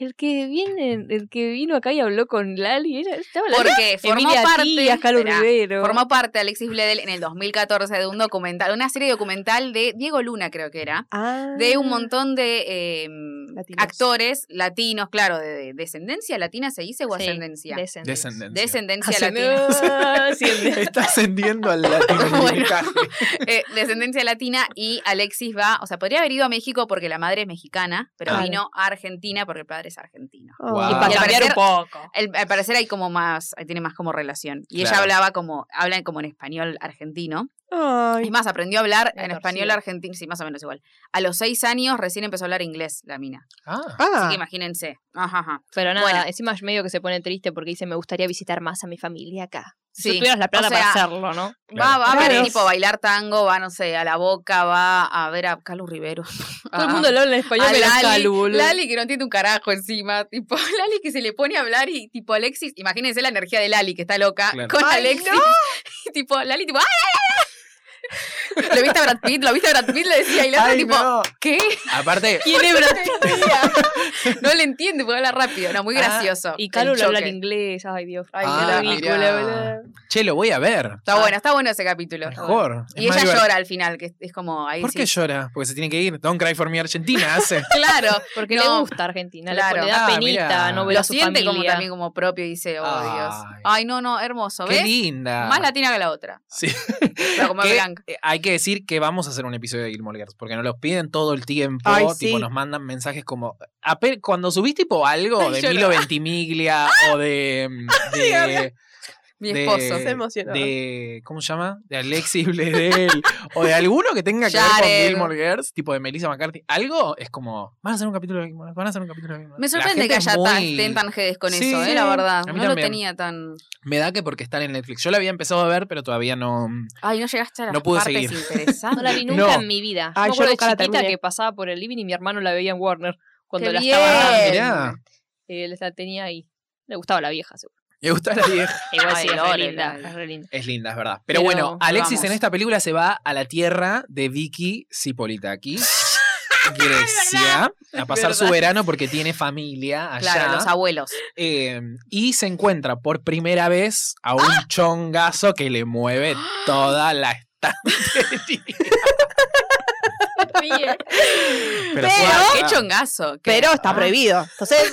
S4: El que viene... El que vino acá y habló con Lali. Era, estaba la
S2: Porque formó
S4: Emilia
S2: parte.
S4: Tías, Calo
S2: Esperá.
S4: Rivero.
S2: Formó parte Alexis Bledel en el 2014 de un documental, una serie documental de Diego Luna, creo que era,
S3: Ah.
S2: de un montón de em,
S3: Latinos.
S2: actores latinos, claro, de, de- descendencia latina se dice o
S4: Sí,
S2: ascendencia.
S4: Descendencia.
S1: Descendencia.
S2: Descendencia latina.
S4: Ascendencia.
S1: Está ascendiendo al latinoamericano.
S2: Eh, descendencia latina y Alexis va, o sea, podría haber ido a México porque la madre es mexicana, pero
S3: Claro.
S2: vino a Argentina porque el padre es argentino.
S3: Oh.
S1: Wow.
S4: Y para
S2: Y al
S4: cambiar un
S2: parecer-
S4: poco.
S2: El- al parecer hay como más, ahí tiene más como relación. Y ella
S1: Claro.
S2: hablaba como, hablan como en español argentino. Es
S3: Ay.
S2: más, aprendió a hablar
S4: Medio
S2: en español
S4: torcido.
S2: argentino, sí, más o menos igual. A los seis años recién empezó a hablar inglés la mina.
S1: Ah,
S2: Así que
S3: Ah.
S2: imagínense. Ajá, ajá.
S4: Pero nada,
S2: Bueno.
S4: encima es medio que se pone triste porque dice, me gustaría visitar más a mi familia acá. Si
S2: Sí.
S4: tuvieras la plata
S2: O sea,
S4: para hacerlo, ¿no?
S2: Va,
S1: claro.
S2: va a ver
S3: Claro.
S2: tipo bailar tango, va, no sé, a la boca, va a ver a Carlos Rivero.
S4: Todo el mundo lo habla en español,
S2: a
S4: pero es
S2: Lali,
S4: Calu, boludo.
S2: Lali que no entiende un carajo encima, tipo Lali que se le pone a hablar y tipo Alexis, imagínense la energía de Lali que está loca
S1: Claro.
S2: con
S3: ¡Ay,
S2: Alexis.
S3: no!
S2: Y tipo Lali tipo ¡ay, ay, ay, ay! Lo viste a Brad Pitt, lo viste a Brad Pitt, le decía y la otra
S1: Ay,
S2: tipo
S1: no.
S2: ¿qué?
S1: Aparte,
S4: ¿Quién es Brad Pitt?
S2: No le entiende, puede hablar rápido, no, muy
S1: Ah,
S2: gracioso.
S4: Y
S2: El
S4: Calu lo habla
S2: choque.
S4: en inglés. Ay, Dios.
S2: Ay,
S1: Ah,
S4: qué
S2: mirá.
S4: ridículo, boludo.
S1: che, lo voy a ver.
S2: Está
S4: Ah.
S2: bueno, está bueno ese capítulo. está bueno.
S1: Mejor.
S2: Y
S1: Es más
S2: ella
S1: divertido.
S2: llora al final, que es- es como ahí
S1: ¿Por qué
S2: sí.
S1: llora? Porque se tiene que ir. Don't cry for me Argentina hace.
S2: Claro,
S4: Porque
S2: No.
S4: le gusta Argentina. le-
S2: Claro.
S4: Le, da
S1: Ah,
S4: penita
S1: mirá.
S4: no ver
S2: lo
S4: a su
S2: siente como
S4: familia.
S2: también como propio y dice, oh Dios.
S1: Ay.
S2: Ay, no, no, hermoso,
S1: Qué
S2: ¿ves?
S1: linda.
S2: Más latina que la otra.
S1: Ah. Sí.
S2: Pero como
S1: Que,
S2: blanca.
S1: eh, Hay que decir que vamos a hacer un episodio de Gilmore Girls, porque nos los piden todo el tiempo.
S3: Ay,
S1: tipo,
S3: sí.
S1: nos mandan mensajes como. ape- Cuando subís tipo algo
S2: Ay,
S1: de
S2: lloro.
S1: Milo Ventimiglia o de. de,
S2: Mi
S1: de-
S2: esposo.
S3: Se emocionó.
S1: de- ¿Cómo se llama? De Alexis Bledel. o de alguno que tenga que ver
S2: Jared.
S1: con Gilmore Girls, tipo de Melissa McCarthy. Algo es como. Van a hacer un capítulo de Gilmore Girls, Van a hacer un capítulo de Gilmore
S2: Me
S1: Girls. La
S2: sorprende
S1: gente
S2: que
S1: es
S2: haya tan,
S1: muy-
S2: estén tan jedes con
S1: Sí,
S2: eso, eh, la verdad.
S1: a
S2: No
S1: mí
S2: lo
S1: también.
S2: tenía tan.
S1: Me da que porque están en Netflix. Yo la había empezado a ver, pero todavía no.
S2: Ay, no llegaste a las
S1: No pude
S2: partes
S1: seguir.
S2: interesantes.
S4: No la vi nunca
S1: No.
S4: en mi vida.
S3: Ay,
S4: yo me
S3: yo
S4: acuerdo de
S3: nunca la
S4: chiquita
S3: terminé.
S4: que pasaba por el living y mi hermano la veía en Warner. Cuando
S2: Qué
S4: la
S2: bien.
S4: estaba dando.
S1: Ah, Mirá.
S4: Él la tenía ahí. Le gustaba la vieja, seguro.
S1: Me gusta la vieja.
S4: Igual
S2: Ay,
S4: sí, es
S2: Lore,
S4: re linda.
S2: Lore.
S4: Es re linda.
S1: Es linda, es verdad. Pero,
S4: Pero
S1: bueno, Alexis
S2: vamos.
S1: en esta película se va a la tierra de Vicky Sipolitaki, Grecia, a pasar su
S4: verdad.
S1: verano porque tiene familia allá.
S2: Claro, los abuelos.
S1: Eh, y se encuentra por primera vez a un
S2: ¡Ah!
S1: chongazo que le mueve toda la estantería. Pero,
S3: Pero-
S1: suave.
S2: Qué chongazo. qué-
S3: Pero está
S1: Ah.
S3: prohibido. Entonces,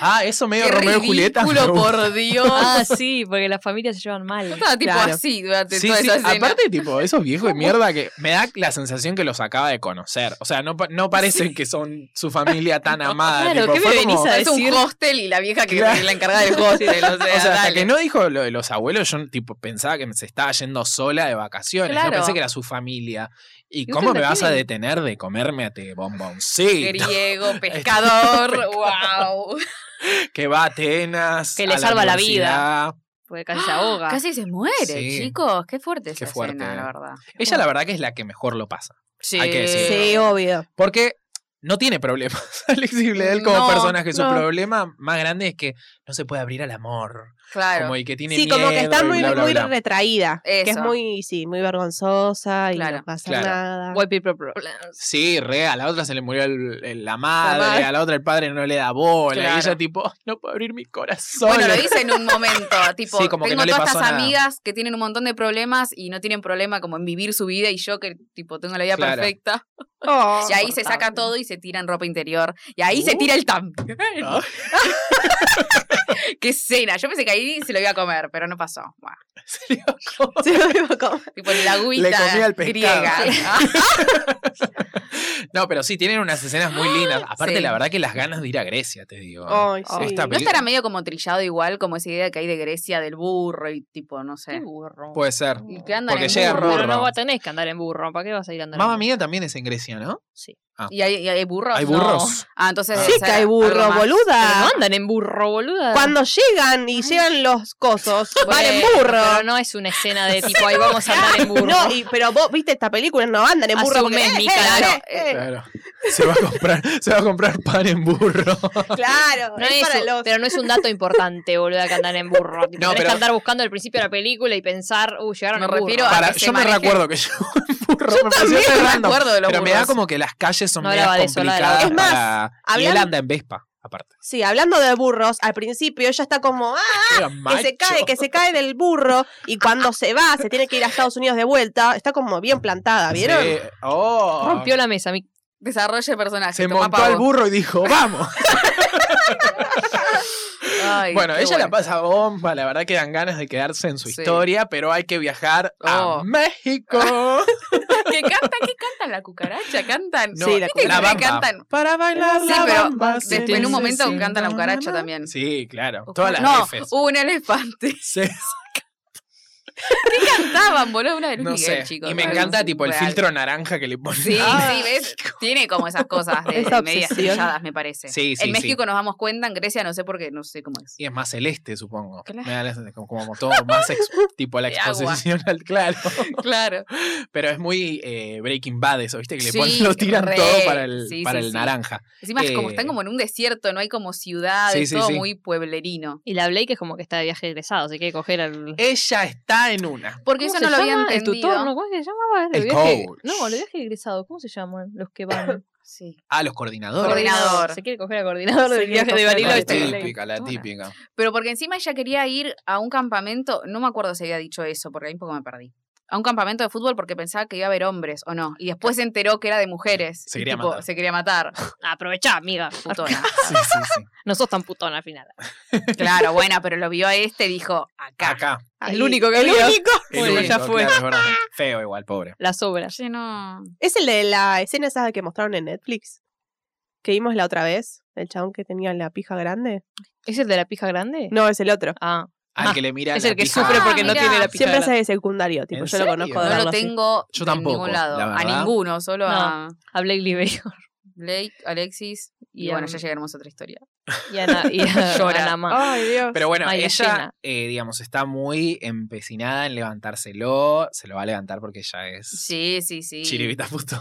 S1: Ah, eso medio
S2: Qué
S1: Romeo y Julieta. me
S2: ridículo,
S1: gusta.
S2: por Dios.
S4: Ah, sí, porque las familias se llevan mal.
S2: Yo estaba tipo
S3: Claro.
S2: así durante
S1: Sí,
S2: toda
S1: sí,
S2: esa escena.
S1: aparte tipo, esos viejos de mierda que me da la sensación que los acaba de conocer. O sea, no, pa- no parecen que son su familia tan amada.
S4: Claro,
S1: tipo,
S4: ¿qué me
S1: fue como-
S4: venís a
S2: es un
S4: decir-
S2: hostel y la vieja que
S1: Claro.
S2: la encargada del hostel. O
S1: O
S2: sea,
S1: sea, hasta
S2: dale.
S1: que no dijo lo de los abuelos, yo tipo pensaba que se estaba yendo sola de vacaciones.
S2: Claro.
S1: Yo pensé que era su familia. ¿Y
S4: ¿Y
S1: cómo
S4: ustedes
S1: me
S4: la
S1: vas a
S4: tienen?
S1: detener de comerme a te bomboncito? Este,
S2: Griego, pescador, wow.
S1: Que va a Atenas.
S4: Que le
S1: a
S4: salva la
S1: universidad.
S4: Porque casi se ahoga.
S2: Casi se muere,
S1: Sí.
S2: chicos. Qué fuerte
S1: Qué
S2: esa
S1: fuerte,
S2: escena,
S1: eh.
S2: la verdad.
S1: Ella la verdad que es la que mejor lo pasa.
S2: Sí.
S1: Hay que decirlo.
S3: Sí, obvio.
S1: Porque no tiene problemas. Alexis Bledel como
S2: No,
S1: personaje, su
S3: no.
S1: problema más grande es que no se puede abrir al amor.
S2: Claro.
S1: Como el que tiene
S3: Sí,
S1: miedo.
S3: como que está
S1: y
S3: muy,
S1: bla, bla,
S3: muy
S1: bla.
S3: retraída. Que es
S2: Eso.
S3: muy, sí, muy vergonzosa y
S2: Claro,
S3: no pasa
S1: claro.
S3: nada.
S4: White people problem.
S1: Sí, re, a la otra se le murió el- el- la madre,
S3: madre.
S1: a la otra el padre no le da bola. Y
S2: Claro.
S1: ella tipo, "Ay, no puedo abrir mi corazón.
S2: Bueno, lo dice en un momento, tipo,
S1: Sí, como que
S2: tengo
S1: no le
S2: todas
S1: pasó
S2: estas
S1: nada.
S2: amigas que tienen un montón de problemas y no tienen problema como en vivir su vida y yo que tipo tengo la vida
S1: Claro.
S2: perfecta.
S3: Oh,
S2: Y ahí se saca
S3: insoportable.
S2: todo y se tira en ropa interior. Y ahí se
S1: Uh.
S2: tira el también.
S1: Ah.
S2: ¡Qué cena! Yo pensé que ahí se lo iba a comer, pero no pasó. Buah.
S1: Se le bajó.
S3: Sí, obvio, como-
S2: Tipo la agüita
S1: Le comía el pescado.
S2: griega.
S1: No, pero sí, tienen unas escenas muy lindas. Aparte,
S2: Sí.
S1: la verdad que las ganas de ir a Grecia, te digo.
S3: Ay,
S2: Oh.
S3: sí.
S1: Esta
S2: ¿No
S1: peli-
S2: estará medio como trillado igual, como esa idea que hay de Grecia, del burro y tipo, no sé?
S1: Uh.
S4: burro.
S1: Puede ser.
S2: Y que andan
S1: Pues, Porque
S2: en
S1: llega el
S2: burro.
S4: Pero
S1: burro.
S4: no vos tenés que andar en burro. ¿Para qué vas a ir andando?
S1: Mamma Mía también es en Grecia, ¿no?
S2: ¿Y hay, y hay burros?
S1: Hay
S2: No.
S1: burros.
S2: Ah, entonces.
S1: Ah.
S3: Sí,
S2: debe ser
S3: que hay
S2: algo
S3: burro,
S2: más.
S4: Pero
S3: boluda.
S4: no andan en burro, boluda.
S3: Cuando llegan y llegan los cosos, van en
S4: Bueno,
S3: burro.
S4: Pero no es una escena de tipo, ahí vamos a andar en burro.
S3: No, y- pero vos viste esta película, no andan en burro.
S4: Asumés,
S3: porque-
S4: mi
S2: Claro, eh,
S1: Claro. Se va a comprar, se va a comprar pan en burro.
S3: Claro,
S4: No
S3: es
S4: es
S3: para
S4: un-
S3: los-
S4: Pero no es un dato importante, boluda, que andar en burro. Tipo,
S1: No,
S4: tenés
S1: pero-
S4: que andar buscando al principio de la película y pensar, uh, llegaron
S2: Me
S4: en burro.
S2: refiero a-
S1: Para,
S2: que se
S1: yo me
S2: maneje.
S1: recuerdo que yo en burro me pareció
S2: Yo
S1: re
S2: no me
S1: random.
S2: acuerdo de los
S1: Pero me da
S2: burros.
S1: como que las calles son
S4: No
S1: medias
S4: hablaba de eso, la de la
S1: complicadas.
S3: Es más,
S1: para- Y él
S3: hablan-
S1: anda en Vespa, aparte.
S3: Sí, hablando de burros, al principio ella está como, ah,
S1: Era
S3: que se
S1: macho.
S3: cae, que se cae del burro. Y cuando se va, se tiene que ir a Estados Unidos de vuelta. Está como bien plantada, ¿vieron?
S1: Sí. Oh.
S4: Rompió la mesa, mi
S2: Desarrolla el personaje.
S1: se
S2: toma
S1: montó al
S2: pavo.
S1: burro y dijo, vamos.
S2: Ay,
S1: bueno,
S2: qué
S1: ella la pasa bomba, la verdad que dan ganas de quedarse en su
S2: Sí.
S1: historia, pero hay que viajar a
S2: Oh.
S1: México.
S2: ¿Qué cantan? ¿Qué cantan la cucaracha? Cantan.
S1: No,
S3: Sí, la
S2: ¿Viste que
S1: la
S2: siempre
S1: bamba.
S2: cantan?
S1: Para bailar
S2: Sí,
S1: la
S2: pero
S1: bamba.
S2: después
S1: sí,
S2: en un momento
S1: sí,
S2: cantan la
S1: sí,
S2: cucaracha
S1: na, na,
S2: también.
S1: Sí, claro. Todas las
S2: no, uh,
S1: jefes.
S2: un elefante.
S1: Sí.
S2: Cantaban, boludo, una de Luis
S1: No
S2: Miguel,
S1: sé.
S2: chicos.
S1: y me
S2: Algo
S1: encanta
S2: así,
S1: tipo el
S2: real.
S1: filtro naranja que le ponen.
S2: Sí,
S1: Ah,
S2: sí, ves. Tiene como esas cosas de,
S3: Esa
S2: de medias
S3: obsesión.
S2: trilladas, me parece.
S1: Sí, sí,
S2: en
S1: sí.
S2: México nos damos cuenta, en Grecia no sé por qué, no sé cómo es.
S1: Y es más celeste, supongo.
S2: Claro.
S1: Me da la sensación como, como todo más ex- tipo la
S2: De agua.
S1: exposición al claro.
S2: Claro.
S1: Pero es muy eh, Breaking Bad eso, ¿viste? Que le
S2: Sí,
S1: ponen, lo tiran
S2: re.
S1: todo para el,
S2: Sí,
S1: para
S2: sí,
S1: el
S2: sí.
S1: naranja.
S2: Encima es como
S1: Eh,
S2: están como en un desierto, no hay como ciudad,
S1: sí,
S2: es
S1: sí,
S2: todo
S1: sí.
S2: muy pueblerino.
S4: Y la Blake es como que está de viaje egresado, así que hay que coger al.
S1: Ella está en una.
S2: Porque eso
S4: ¿Cómo se
S2: no lo había
S4: llama? El tutor,
S2: entendido.
S4: ¿no? ¿Cómo se llamaba?
S1: El
S4: viaje...
S1: coach.
S4: No, el viaje egresado, ¿cómo se llaman los que van?
S2: Sí.
S1: Ah, los coordinadores.
S2: Coordinadores. Coordinador.
S4: Se quiere coger al coordinador
S3: Se
S4: del
S3: quiere
S4: viaje de
S3: coger al
S1: La
S4: Bariloche.
S2: coordinador.
S1: típica, la típica.
S2: Pero porque encima ella quería ir a un campamento, no me acuerdo si había dicho eso, porque ahí un poco me perdí. A un campamento de fútbol porque pensaba que iba a haber hombres o no. Y después se enteró que era de mujeres.
S1: Se
S2: y
S1: quería matar.
S2: Se quería matar.
S4: Aprovechá, amiga.
S2: Putona.
S1: Sí, sí, sí.
S4: No sos tan putona al final.
S2: claro, buena, pero lo vio a este y dijo, acá.
S1: Acá.
S3: Ahí.
S4: que
S3: El único.
S1: El
S4: Bueno, ya
S1: único,
S4: fue.
S1: claro, es verdad. Feo igual, pobre.
S4: Las obras.
S2: Sí, no.
S3: Es el de la escena esa que mostraron en Netflix. Que vimos la otra vez. El chabón que tenía la pija grande.
S4: ¿Es el de la pija grande?
S3: No, es el otro.
S4: Ah,
S1: Al
S4: Ah,
S1: que le mira
S4: es
S1: la
S4: el que
S1: pija.
S4: sufre
S2: Ah,
S4: porque no
S2: mirá.
S4: tiene la pija
S3: Siempre
S4: grande.
S3: es de secundario, tipo,
S1: ¿En
S3: yo lo
S1: serio?
S3: conozco
S1: No
S3: de
S2: No
S3: verlo
S2: lo
S3: así.
S2: tengo
S1: Yo
S2: en
S1: tampoco,
S2: ningún lado.
S1: la
S2: A
S1: verdad.
S2: ninguno, solo a
S4: A Blake Liberio
S2: Blake, Alexis. Y,
S4: Y a-
S2: bueno, ya llegaremos a otra historia.
S4: y a, Ana, y a
S2: Llora.
S4: Ana Ma.
S3: Ay, Dios.
S1: Pero bueno,
S4: Ay,
S1: ella,
S4: la escena.
S1: eh, digamos, está muy empecinada en levantárselo. Se lo va a levantar porque ella es
S2: Sí, sí, sí.
S1: chiribita puto.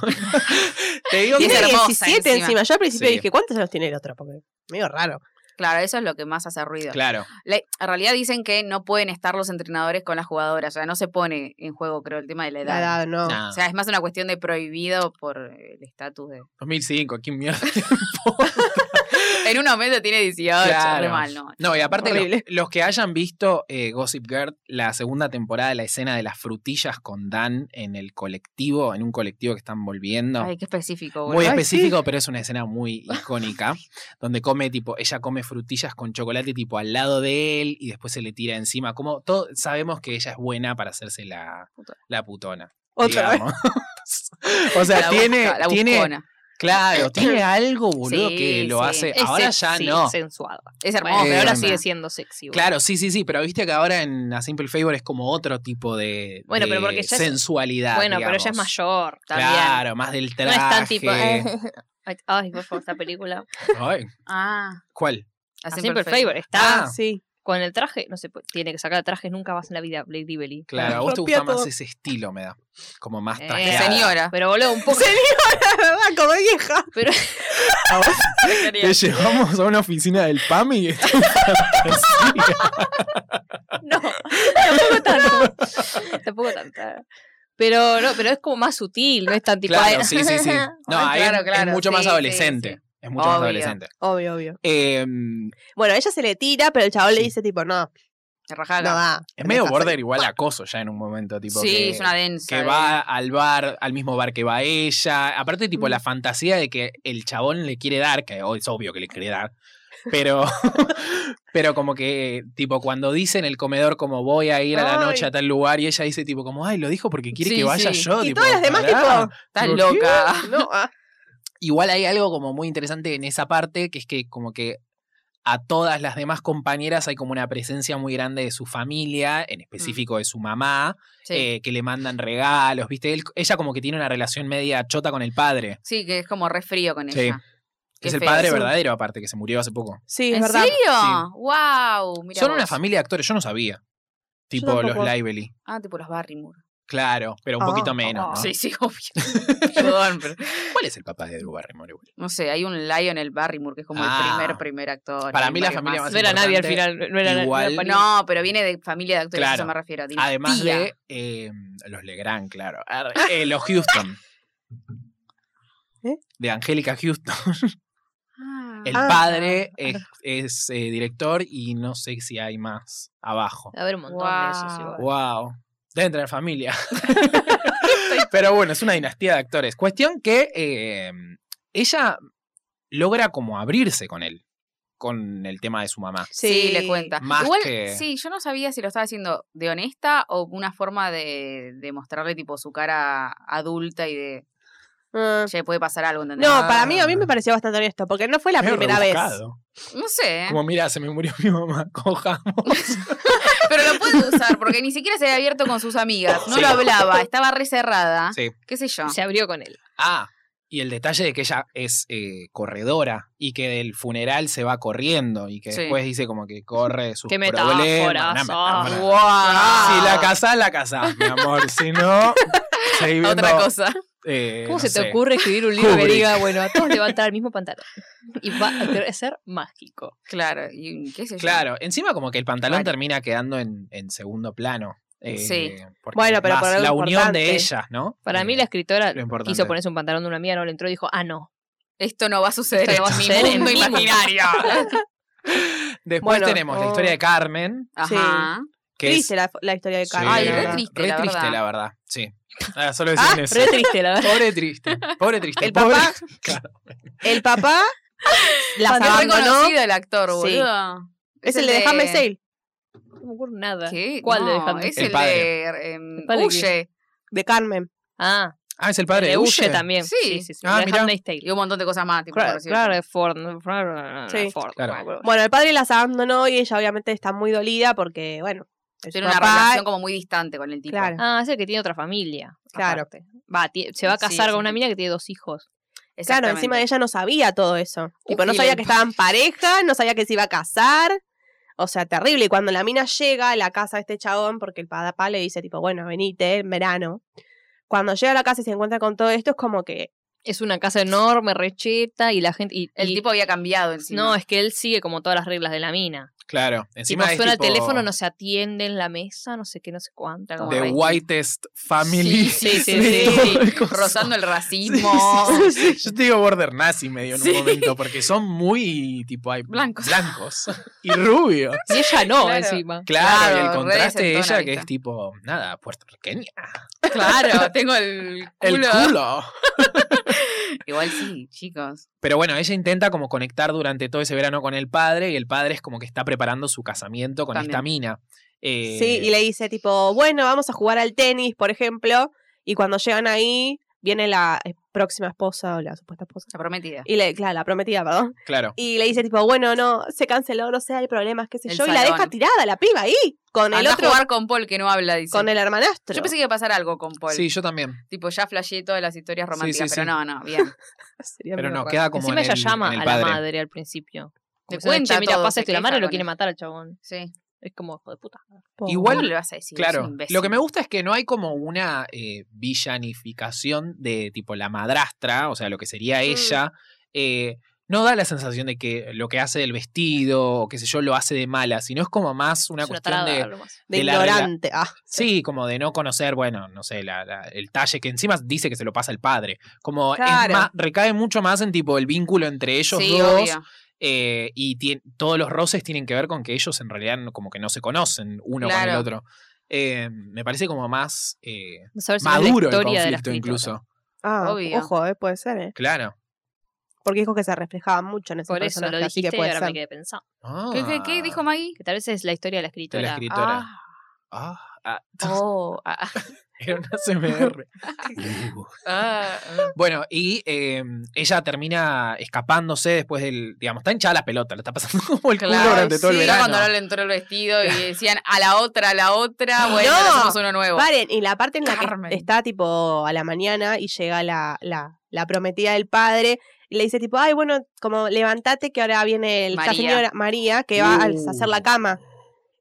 S1: Te digo
S2: Tiene
S1: que
S3: Tiene
S2: hermosa
S3: 17 encima.
S2: encima.
S3: Yo al principio
S1: Sí.
S3: dije, ¿cuántos años tiene el otro? Porque medio raro.
S2: Claro, eso es lo que más hace ruido.
S1: Claro,
S2: La- en realidad dicen que no pueden estar los entrenadores con las jugadoras. O sea, no se pone en juego, creo, el tema de la edad.
S3: La edad, no.
S1: nada.
S2: O sea, es más una cuestión de prohibido por el estatus de.
S1: 2005, ¿quién mierda?
S2: En un momento tiene 18, re
S1: Claro.
S2: mal, ¿no?
S1: No, y aparte, los,
S3: Horrible.
S1: los que hayan visto eh, Gossip Girl, la segunda temporada de la escena de las frutillas con Dan en el colectivo, en un colectivo que están volviendo.
S2: Ay, qué específico, boludo.
S1: Muy
S3: Ay,
S1: específico, pero es una escena muy icónica, donde come tipo, ella come frutillas con chocolate tipo al lado de él y después se le tira encima. Como todos sabemos que ella es buena para hacerse la,
S2: Putona.
S1: la putona.
S3: Otra vez.
S1: digamos. o sea,
S2: La
S1: tiene,
S2: busca, la
S1: tiene,
S2: buscona.
S1: claro, tiene algo, boludo,
S2: Sí,
S1: que lo
S2: sí.
S1: hace.
S4: Es
S1: Ahora
S4: sexy,
S1: ya no.
S4: sensuada.
S2: Es
S4: Bueno,
S2: hermoso.
S1: Eh,
S4: pero ahora
S1: no.
S4: sigue siendo sexy. boludo.
S1: Claro, sí, sí, sí, pero viste que ahora en A Simple Favor es como otro tipo de,
S4: Bueno,
S1: de
S4: pero porque ya es-
S1: sensualidad.
S4: Bueno, pero ella es
S1: digamos.
S4: mayor también.
S1: Claro, más del
S4: No
S1: traje.
S4: es tan tipo. eh. "Ay, Ay, por favor, esta película.
S1: Ay,
S2: Ah,
S1: ¿Cuál?
S2: a
S4: A
S2: Simple
S4: Simple
S2: Favor.
S4: Favor está.
S1: Ah.
S3: Sí.
S4: con el traje, no se puede- tiene que sacar trajes nunca más en la vida, Lady Belly.
S1: Claro, a vos te
S3: Rompía
S1: gusta más
S3: todo.
S1: ese estilo, me da. Como más
S4: Eh,
S1: trajeada.
S2: Señora.
S4: Pero boludo, un poco.
S3: ¿Verdad? Como vieja.
S1: A vos te llevamos a una oficina del PAMI y esto es fantasía.
S4: No, tampoco tanto. tampoco tanto. Pero no, pero es como más sutil, no es tan tipo. "Ah,
S1: Claro,
S4: "Ay,
S1: sí, sí, sí. No, ahí
S2: Ay,
S1: es-
S2: claro,
S1: es,
S2: claro,
S1: mucho
S2: sí,
S1: más
S2: sí,
S1: adolescente.
S2: sí.
S1: Es mucho más
S2: Obvio.
S1: adolescente.
S3: Obvio, obvio.
S1: Eh,
S3: Bueno, ella se le tira, pero el chabón le
S1: Sí.
S3: dice tipo, no,
S2: Rajá
S3: no
S2: acá.
S3: va.
S1: es medio
S3: Deja
S1: border
S3: hacer.
S1: igual acoso ya en un momento, tipo
S2: sí,
S1: que,
S2: es una densa.
S1: que
S2: eh.
S1: va al bar, al mismo bar que va ella. Aparte, tipo,
S3: Mm.
S1: la fantasía de que el chabón le quiere dar, que hoy es obvio que le quiere dar, pero, pero como que, tipo, cuando dice en el comedor como voy a ir a la noche
S3: Ay.
S1: a tal lugar, y ella dice, tipo, como, ay, lo dijo porque quiere
S2: Sí,
S1: que vaya
S2: sí.
S1: yo.
S3: Y
S1: tipo,
S3: todas las demás,
S1: pará.
S3: tipo,
S2: Estás
S1: ¿Por qué?
S2: loca.
S3: No, ah.
S1: Igual hay algo como muy interesante en esa parte, que es que como que a todas las demás compañeras hay como una presencia muy grande de su familia, en específico de su mamá,
S2: Sí.
S1: eh, que le mandan regalos, ¿viste? Él- ella como que tiene una relación media chota con el padre,
S2: Sí, que es como refrío con
S1: Sí.
S2: ella.
S1: que
S2: Qué
S1: es el
S2: feo
S1: padre
S2: eso.
S1: verdadero aparte, que se murió hace poco.
S3: Sí, es
S2: ¿En
S3: verdad.
S2: serio? ¡Wow! Mira
S1: Son una familia de actores, yo no sabía. Tipo los
S3: tampoco.
S1: Lively.
S2: Ah, tipo los Barrymore.
S1: Claro, pero un
S3: Ah,
S1: poquito menos.
S3: ah.
S1: ¿no?
S2: Sí, sí, obvio. Perdón, pero-
S1: ¿Cuál es el papá de Drew Barrymore? igual?
S2: No sé, hay un Lionel Barrymore que es como
S1: Ah.
S2: el primer, primer actor.
S1: Para
S2: hay
S1: mí la
S2: varios
S1: familia más
S4: No era nadie al
S1: importante,
S4: final, no era, no era
S1: igual-
S4: Pani-
S2: No, pero viene de familia de actores, a
S1: Claro.
S2: eso me refiero. Dinastía.
S1: Además de eh, los Legrand, claro. Ar- eh, los Houston.
S3: ¿Eh?
S1: De Angélica Houston.
S2: Ah.
S1: El
S3: Ah.
S1: padre es, es, eh, director y no sé si hay más abajo.
S4: Debe haber un montón de esos
S2: Guau.
S4: igual.
S1: Wow. Deben tener familia. Pero bueno, es una dinastía de actores. Cuestión que eh, ella logra como abrirse con él, con el tema de su mamá.
S2: Sí, le cuenta.
S1: Más
S2: Igual,
S1: que-
S2: sí, yo no sabía si lo estaba haciendo de honesta o una forma de, de mostrarle tipo su cara adulta y de,
S3: Ah.
S2: che, puede pasar algo, ¿entendés? Ah,
S3: No,
S2: No,
S3: para mí a mí me pareció bastante honesto, porque no fue la
S1: Medio
S3: primera vez.
S1: rebuscado.
S2: sé,
S1: ¿Eh? Como, mira, se me murió mi mamá, cojamos.
S2: pero lo puede usar porque ni siquiera se había abierto con sus amigas, no
S1: Sí.
S2: lo hablaba, estaba re cerrada,
S1: Sí.
S2: qué sé yo.
S4: Se abrió con él.
S1: Ah, y el detalle de que ella es eh, corredora y que del funeral se va corriendo y que
S2: Sí.
S1: después dice como que corre sus
S4: Qué
S1: problemas.
S4: metáforas,
S1: Una
S4: ah.
S1: metáfora.
S2: Wow.
S1: Si la casás, la casás, mi amor. Si no, seguí viendo,
S2: Otra cosa.
S1: eh,
S4: ¿Cómo
S1: no
S4: se te
S1: sé.
S4: ocurre escribir un libro que
S1: Kubrick.
S4: diga, bueno, a todos le va a entrar el mismo pantalón? Y va a ser mágico.
S2: Claro, y qué sé yo.
S1: Claro, encima como que el pantalón
S2: Vale.
S1: termina quedando en, en segundo plano. eh,
S2: Sí.
S1: porque
S3: Bueno, pero
S1: más
S3: por algo
S1: la unión de
S3: importante.
S1: ellas, ¿no?
S4: Para
S1: Eh,
S4: mí la escritora
S1: lo importante.
S4: quiso ponerse un pantalón de una mía, no le entró y dijo, ah, no.
S2: Esto no va a suceder
S4: Esto no va a
S2: en mi
S4: suceder en
S2: mundo
S4: mi mundo.
S2: imaginario.
S1: Después
S3: Bueno,
S1: tenemos la
S3: oh.
S1: historia de Carmen,
S2: Ajá.
S1: que
S3: Triste
S1: es
S3: la, la historia de
S1: Sí,
S3: Carmen.
S2: Ay,
S1: la
S2: re
S1: verdad.
S2: triste,
S1: Re
S2: la
S1: triste,
S2: verdad.
S1: la verdad. Sí. Ah, solo
S3: Ah,
S1: decían eso.
S4: Re triste, la verdad.
S1: Pobre triste, pobre triste.
S3: El
S1: pobre-
S3: papá-
S1: Claro.
S3: El papá las
S2: Cuando es
S3: abandonó.
S2: reconocido el actor,
S3: Sí.
S2: boludo.
S3: Es el de Dejarme Sale,
S4: No me ocurre nada.
S2: ¿Qué?
S4: ¿Cuál de
S2: No,
S4: Dejarme
S2: Es
S1: El
S2: el,
S1: padre.
S2: de em,
S4: ¿El padre de
S2: Huye.
S3: de Carmen.
S4: Ah,
S1: Ah, es el padre
S4: el
S1: de
S4: de Huye
S1: Huye.
S4: también.
S2: Sí.
S4: Sí, sí, sí.
S1: Ah,
S4: de
S1: mirá.
S4: Handmaid's Tale.
S2: Y un montón de cosas más, tipo,
S4: Claro,
S2: parecidas.
S4: claro, de Ford. ¿no? Ford,
S3: Sí.
S4: Ford.
S1: Claro.
S2: Bueno,
S3: Bueno, el padre las abandonó y ella obviamente está muy dolida porque, bueno, es
S2: Tiene
S3: su
S2: una
S3: papá.
S2: relación como muy distante con el tipo.
S3: Claro.
S4: Ah, es el que tiene otra familia.
S3: Claro.
S4: aparte. Va, ti- se va a
S2: Sí,
S4: casar
S2: sí,
S4: con una
S2: sí.
S4: mina que tiene dos hijos.
S3: Claro, encima ella no sabía todo eso. tipo, no
S2: y la
S3: sabía que
S2: impa-
S3: estaban pareja, no sabía que se iba a casar. O sea, terrible. Y cuando la mina llega a la casa de este chabón, porque el papá le dice, tipo, bueno, venite, en verano. Cuando llega a la casa y se encuentra con todo esto, es como que.
S4: Es una casa enorme, recheta, y la gente. Y,
S2: El
S4: y-
S2: tipo había cambiado encima.
S4: No, es que él sigue como todas las reglas de la mina.
S1: Claro, encima
S4: tipo,
S1: es
S4: suena
S1: tipo
S4: el teléfono, no se atiende en la mesa, no sé qué, no sé cuánto.
S2: como
S1: The
S2: re-
S1: whitest family.
S4: Sí, sí, sí,
S1: de
S4: sí.
S1: todo el coso.
S2: rozando el
S1: Sí,
S2: racismo.
S1: sí, sí, sí. Yo te digo border nazi medio en
S2: Sí.
S1: un momento, porque son muy tipo hay
S2: Blancos.
S1: blancos y rubios.
S4: Y ella no,
S2: Claro.
S4: encima.
S1: Claro, y el
S2: re
S1: contraste de
S2: desentona,
S1: ella que
S2: ¿viste?
S1: es tipo, nada, puertorriqueña.
S2: Claro, tengo el
S1: El
S2: culo.
S1: culo.
S2: Igual sí, chicos.
S1: Pero bueno, ella intenta como conectar durante todo ese verano con el padre y el padre es como que está preparando su casamiento con
S2: También.
S1: esta mina. Eh,
S3: Sí, y le dice, tipo, bueno, vamos a jugar al tenis, por ejemplo. Y cuando llegan ahí, viene la eh, próxima esposa o la supuesta esposa.
S2: La prometida.
S3: Y le, claro, la prometida, perdón.
S1: Claro.
S3: Y le dice, tipo, bueno, no, se canceló, no sé, hay problemas, qué sé
S2: El
S3: yo. Y la deja
S2: salón.
S3: tirada, la piba ahí, con
S2: Andá
S3: el otro,
S2: a jugar con Paul que no habla, dice.
S3: con el hermanastro.
S2: Yo pensé que iba a pasar algo con Paul.
S1: Sí, yo también.
S2: Tipo, ya flasheé todas las historias
S1: Sí, sí,
S2: románticas,
S1: sí.
S2: pero no, no, bien.
S3: Ah, Sería
S1: Pero
S3: medio
S1: no,
S3: raro.
S1: queda como
S4: Encima
S1: en
S4: ella
S1: el-
S4: llama
S1: en el
S4: a la
S1: padre.
S4: madre al principio. Le
S2: Te cuenta
S4: mira,
S2: todo,
S4: pasa
S2: se
S4: esto y la
S2: queja
S4: mano lo
S2: con
S4: quiere
S2: eso.
S4: matar al chabón.
S2: Sí.
S4: Es como hijo de puta.
S1: Igual,
S2: ¿Cómo le vas a decir? Es un
S1: Claro,
S2: imbécil.
S1: lo que me gusta es que no hay como una eh, villanificación de tipo la madrastra, o sea, lo que sería ella. eh, no da la sensación de que lo que hace del vestido o qué sé yo lo hace de mala, sino es como más una
S4: Es una
S1: cuestión
S4: tarada,
S1: de.
S4: algo más.
S3: De
S1: de la rela-
S3: ignorante. Ah,
S1: Sí, como de no conocer, bueno, no sé, la- la- el talle que encima dice que se lo pasa el padre. Como es
S3: Claro.
S1: más- recae mucho más en tipo el vínculo entre ellos
S2: sí,
S1: dos.
S2: obvio.
S1: eh, y tien- todos los roces tienen que ver con que ellos en realidad no- como que no se conocen uno con el
S2: Claro.
S1: otro. Eh, me parece como más eh,
S4: Vamos a ver si no es la
S1: maduro el
S4: historia de la
S1: conflicto
S4: escritora.
S1: incluso.
S3: ah,
S2: Obvio.
S3: ojo, eh, puede ser, eh.
S1: Claro.
S3: Porque dijo que se reflejaba mucho en ese
S4: Por eso
S3: personaje,
S4: lo
S3: así
S4: dijiste
S3: que
S4: y
S3: puede
S4: ahora me
S3: ser.
S4: quedé pensando.
S2: ¿Qué, qué, qué
S1: Ah,
S2: dijo Maggie?
S4: Que tal vez es la historia de la
S1: De la
S4: escritora.
S1: escritora.
S2: Ah,
S1: Ah, ah,
S4: Oh, ah, ah.
S1: era una CMR. Uh.
S2: ah, ah.
S1: Bueno, y eh, ella termina escapándose después del. Digamos, está hinchada la pelota, la está pasando como el culo
S2: Claro,
S1: durante todo el
S2: sí,
S1: verano.
S2: cuando no le entró el vestido y decían a la otra, a la otra, bueno,
S3: No.
S2: ahora hacemos uno nuevo.
S3: Paren, y la parte en la
S2: Carmen.
S3: que está tipo a la mañana y llega la, la, la prometida del padre y le dice tipo, ay, bueno, como levántate que ahora viene el, esta
S2: María.
S3: señora María que va a
S1: Uh.
S3: hacer la cama.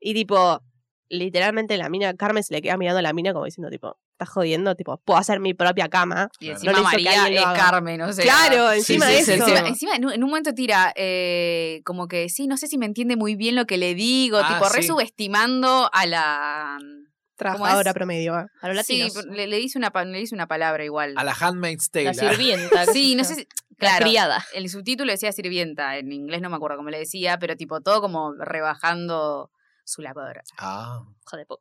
S3: Y tipo, literalmente la mina, Carmen se le queda mirando a la mina como diciendo tipo, estás jodiendo, tipo, puedo hacer mi propia cama.
S2: Y
S1: Claro.
S2: encima
S3: No le hizo que
S2: María
S3: alguien lo
S2: es
S3: haga.
S2: Carmen, o sea.
S3: claro, encima
S1: sí,
S3: de
S1: sí,
S3: eso.
S2: Encima, encima en, un, en un momento tira eh, como que sí, no sé si me entiende muy bien lo que le digo,
S1: Ah,
S2: tipo
S1: sí.
S2: re subestimando a la...
S3: Trabajadora
S2: es?
S3: promedio. ¿eh?
S4: a los
S2: Sí,
S4: latinos.
S2: le, le dice una, pa- le dice una palabra igual.
S1: A la Handmaid's Tale.
S4: la sirvienta.
S2: Sí, no sé si...
S4: La
S2: Claro,
S4: criada.
S2: el subtítulo decía sirvienta, en inglés no me acuerdo cómo le decía, pero tipo todo como rebajando su labor.
S1: Ah,
S4: Hijo de puta.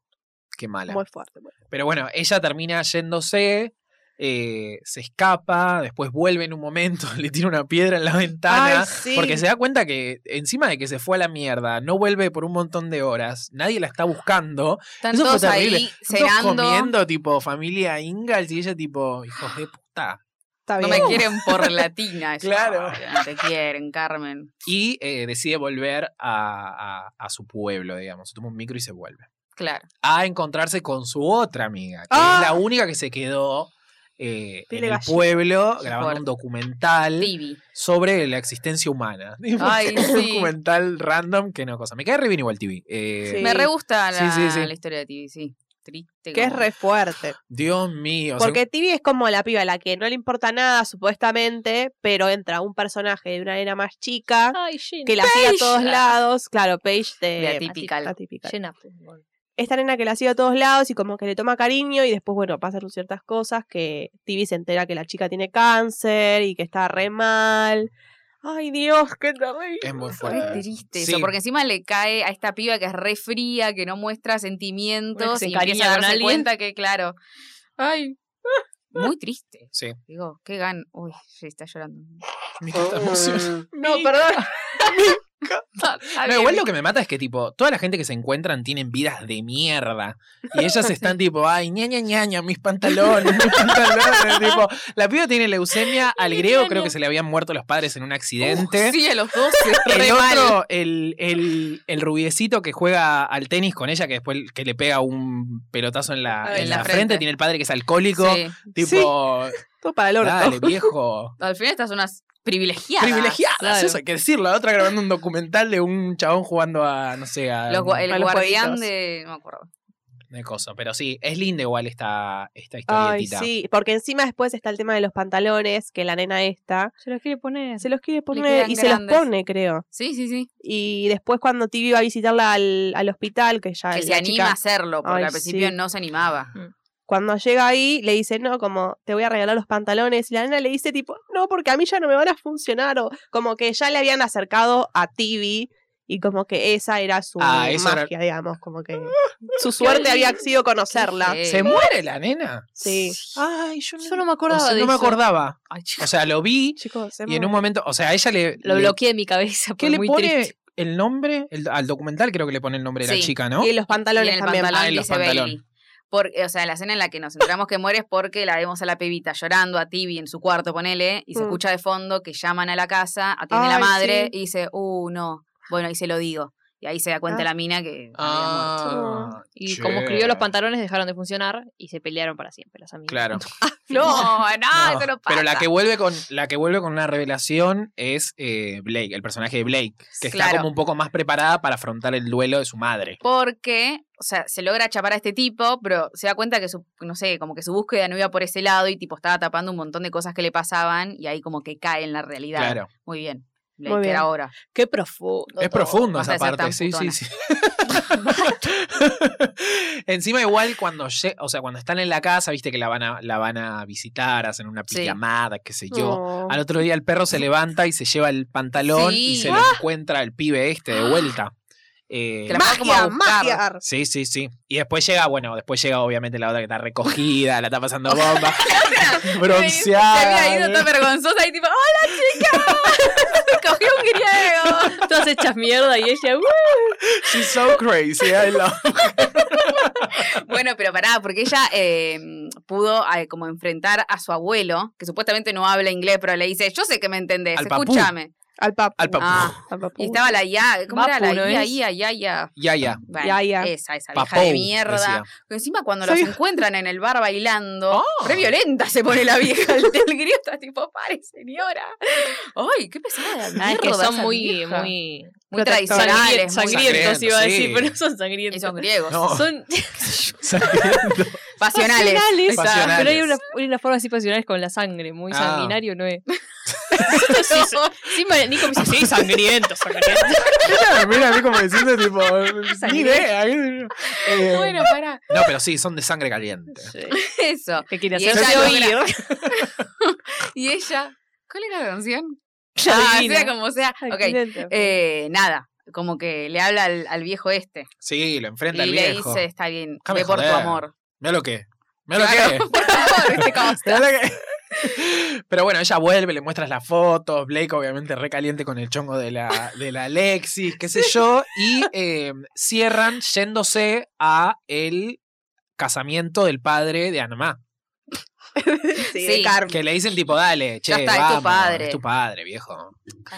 S1: qué mala.
S3: Muy fuerte. muy-
S1: Pero bueno, ella termina yéndose, eh, se escapa, después vuelve en un momento, le tira una piedra en la ventana.
S3: Ay, sí.
S1: Porque se da cuenta que encima de que se fue a la mierda, no vuelve por un montón de horas, nadie la está buscando,
S2: Están
S1: Eso fue
S2: todos ahí
S1: terrible. todos
S2: cenando.
S1: comiendo tipo familia Ingalls y ella tipo, hijos de puta.
S3: Está
S2: No
S3: bien.
S2: me quieren por latina. Yo,
S1: Claro.
S2: "Ay, No te quieren, Carmen.
S1: Y eh, decide volver a, a- a su pueblo, digamos. Se toma un micro y se vuelve.
S2: Claro.
S1: A encontrarse con su otra amiga, que
S3: ¡Ah!
S1: es la única que se quedó eh, en
S3: Pile
S1: el
S3: gallina.
S1: pueblo
S2: Qué
S1: grabando un
S2: fuerte.
S1: documental.
S2: Tibi.
S1: sobre la existencia humana.
S2: Ay,
S1: un
S2: sí.
S1: documental random que no cosa. Me cae re bien igual TV. Eh,
S3: Sí.
S2: Me re gusta
S1: Sí,
S2: la,
S1: sí, sí.
S2: la historia de Tibi, sí. Triste.
S3: Que es
S2: como-
S3: re fuerte.
S1: Dios mío. o sea,
S3: Porque Tibi es como la piba a la que no le importa nada, supuestamente, pero entra un personaje de una nena más chica
S4: Ay, Gina.
S3: que la sigue a todos
S4: Ah.
S3: lados. Claro, Paige de,
S2: Ah, De atípical.
S3: atípica.
S4: Llena pues, pulmón.
S3: Esta nena que la sigue a todos lados y como que le toma cariño y después, bueno, pasan ciertas cosas que Tibi se entera que la chica tiene cáncer y que está re mal. Ay, Dios, qué terrible.
S1: Es muy fuerte.
S2: Re triste eso,
S1: Sí.
S2: porque encima le cae a esta piba que es re fría, que no muestra
S4: Una que
S2: sentimientos
S4: se
S2: y empieza
S4: encariña
S2: a
S4: con
S2: darse
S4: alguien.
S2: cuenta que, claro, ay, muy triste.
S1: Sí.
S2: Digo, qué gan... Uy, sí, está llorando.
S1: Me encanta la música.
S3: No, perdón.
S1: No, igual lo que me mata es que, tipo, toda la gente que se encuentran tienen vidas de mierda. Y ellas están, tipo, ay, ñaña, ñaña, mis pantalones, mis pantalones. tipo, la piba tiene leucemia. Al griego creo que se le habían muerto los padres en un accidente.
S2: Sí, a los 12, re
S1: El
S2: mal.
S1: otro, el, el, el rubiecito que juega al tenis con ella, que después que le pega un pelotazo en la, en la, frente. tiene el padre que es alcohólico.
S2: Sí.
S1: Tipo,
S3: Todo para el orto.
S1: dale, viejo.
S2: Al final estás unas privilegiadas.
S1: Privilegiadas,
S4: claro.
S1: eso hay que decirlo. La otra grabando un documental de un chabón jugando a, no sé, a.
S2: Los gua-
S3: A
S2: el
S3: los
S2: guardián
S3: jueguitos.
S2: de... No me acuerdo.
S1: de cosa. Pero sí, es linda igual esta, esta
S3: Ay,
S1: historietita.
S3: sí, porque encima después está el tema de los pantalones, que la nena esta
S4: Se los quiere poner.
S3: se los quiere poner
S2: quedan
S3: y se los
S2: grandes.
S3: pone, creo.
S2: Sí, sí, sí.
S3: Y después cuando Tibi va a visitarla al, al hospital, que ya
S2: que se
S3: la
S2: anima
S3: chica-
S2: a hacerlo, porque
S3: Ay,
S2: al principio
S3: sí.
S2: no se animaba.
S3: cuando llega ahí, le dice, no, como te voy a regalar los pantalones. Y la nena le dice, tipo, no, porque a mí ya no me van a funcionar. O como que ya le habían acercado a Tibi y como que esa era su
S1: Ah, eso era-
S3: magia, digamos, como que su suerte había sido conocerla.
S2: Qué
S1: ¿Se muere la nena?
S3: Sí.
S1: Ay, yo no,
S4: Yo no me
S1: o
S4: acordaba
S1: sea,
S4: de
S1: no me
S4: eso.
S1: acordaba.
S2: Ay,
S1: O sea, lo vi
S3: Chicos,
S1: y
S3: se
S1: en
S3: muere.
S1: un momento. O sea, a ella le.
S4: Lo
S1: le-
S4: bloqueé de mi cabeza.
S1: ¿Qué
S4: fue
S1: le
S4: muy
S1: pone
S4: triste.
S1: el nombre? El- al documental creo que le pone el nombre de la
S2: Sí.
S1: chica, ¿no?
S3: Y los
S2: Y
S3: pantalones
S2: en el
S3: también.
S2: pantalón
S1: Ah, en los
S2: dice
S1: pantalón.
S2: Bailey. Porque, o sea, la escena en la que nos enteramos que muere es porque la vemos a la pebita llorando a Tibi en su cuarto, ponele, y se
S3: Mm.
S2: escucha de fondo que llaman a la casa, atiende
S3: Ay,
S2: la madre
S3: sí.
S2: y dice, uh, no. Bueno, y se lo digo. Y ahí se da cuenta
S3: Ah.
S2: la mina que había muerto.
S1: Ah,
S4: Y
S1: che.
S4: como escribió los pantalones dejaron de funcionar y se pelearon para siempre las amigas.
S1: Claro.
S2: No, no,
S1: No,
S2: eso no pasa.
S1: Pero la que vuelve con la que vuelve con una revelación es eh, Blake, el personaje de Blake, que está
S2: Claro.
S1: como un poco más preparada para afrontar el duelo de su madre.
S2: Porque, o sea, se logra chapar a este tipo, pero se da cuenta que su, no sé, como que su búsqueda no iba por ese lado y tipo estaba tapando un montón de cosas que le pasaban y ahí como que cae en la realidad.
S1: Claro.
S2: Muy bien. Blake,
S3: Muy bien.
S2: era ahora.
S4: Qué profundo.
S1: Es
S4: todo.
S1: profundo
S2: Basta
S1: esa
S2: de ser
S1: parte,
S2: tan
S1: sí, sí,
S2: putona.
S1: sí. Encima igual cuando lle- o sea, cuando están en la casa, viste que la van a, la van a visitar, hacen una
S2: Sí.
S1: pijamada, qué sé yo.
S3: No.
S1: Al otro día el perro se levanta y se lleva el pantalón y
S2: Sí.
S1: se lo encuentra el pibe este de vuelta. Eh,
S2: Que la ponga como a buscar.
S3: magia.
S1: Sí, sí, sí. Y después llega, bueno, después llega obviamente la otra que está recogida, la está pasando bomba,
S2: Se había
S1: bronceada.
S2: ido tan vergonzosa y tipo, ¡Hola, chica! ¡Cogí un griego!
S4: Todas hechas mierda y ella, "Uh".
S1: She's so crazy, I love.
S2: Bueno, pero pará, porque ella eh, pudo eh, como enfrentar a su abuelo, que supuestamente no habla inglés, pero le dice, yo sé que me entendés,
S1: Al papú.
S2: escúchame.
S3: Al papu.
S1: Al papu.
S2: Ah,
S3: Al papu.
S2: Y estaba la ya, ¿cómo era la
S4: Mapu, ¿no
S2: ya,
S4: es?
S2: ya, ya, ya?
S1: Ya, ya.
S2: Bueno,
S3: Ya, ya.
S2: Esa, esa vieja
S1: Papou,
S2: de mierda.
S1: decía.
S2: Encima cuando
S3: Esa
S2: los
S3: vieja.
S2: encuentran en el bar bailando,
S4: Ah.
S1: Oh.
S2: re violenta se pone la vieja del griego, está tipo, pare, señora. Ay, qué pesada.
S4: Ah, es que
S2: mierda
S4: son
S2: esa
S4: muy,
S2: vieja.
S4: muy
S2: Muy
S4: sangri-
S2: tradicionales, muy...
S4: sangrientos, iba
S1: Sangrientos,
S4: a decir,
S1: sí. Oh.
S4: pero son
S2: Y
S4: sangrientos.
S2: son griegos,
S1: No.
S4: Son
S1: Saliendo.
S2: pasionales.
S4: Pasionales.
S2: Ahí está.
S1: Pasionales.
S4: Pero hay una, hay una forma así pasionales con la sangre, muy
S1: Ah.
S4: sanguinario, ¿no es? sí, sí, sí, ma- Nico me dice, sí, sangriento, sangriento.
S1: Ella me mira a mí como diciendo, tipo, ni
S2: Sangre.
S1: idea. Eh,
S2: Bueno, pará.
S1: No, pero sí, son de sangre caliente.
S2: Eso.
S4: ¿Qué quiere
S2: Y
S4: hacer?
S2: ella logra-
S4: oír.
S2: Y ella, ¿cuál era la canción? Ah,
S4: Adivina.
S2: sea como sea. Ok.
S4: Sangriento.
S2: Eh, nada, como que le habla al, al viejo este.
S1: Sí, lo
S2: Y
S1: enfrenta el
S2: le
S1: viejo.
S2: dice, está bien,
S1: Déjame
S2: ve por tu
S1: joder.
S2: amor.
S1: Mira lo que. Mira lo
S2: Claro,
S1: que.
S2: por favor, ¿viste cómo está?
S1: Mirá lo que- Pero bueno, ella vuelve, le muestras las fotos, Blake obviamente recaliente con el chongo de la, de la Alexis, qué sé yo, y eh, cierran yéndose a el casamiento del padre de Anamá.
S3: Sí,
S2: Sí.
S3: de Carmen.
S1: Que le dicen tipo, dale, che,
S2: Ya está, es tu
S1: vamos,
S2: padre".
S1: es tu padre, viejo.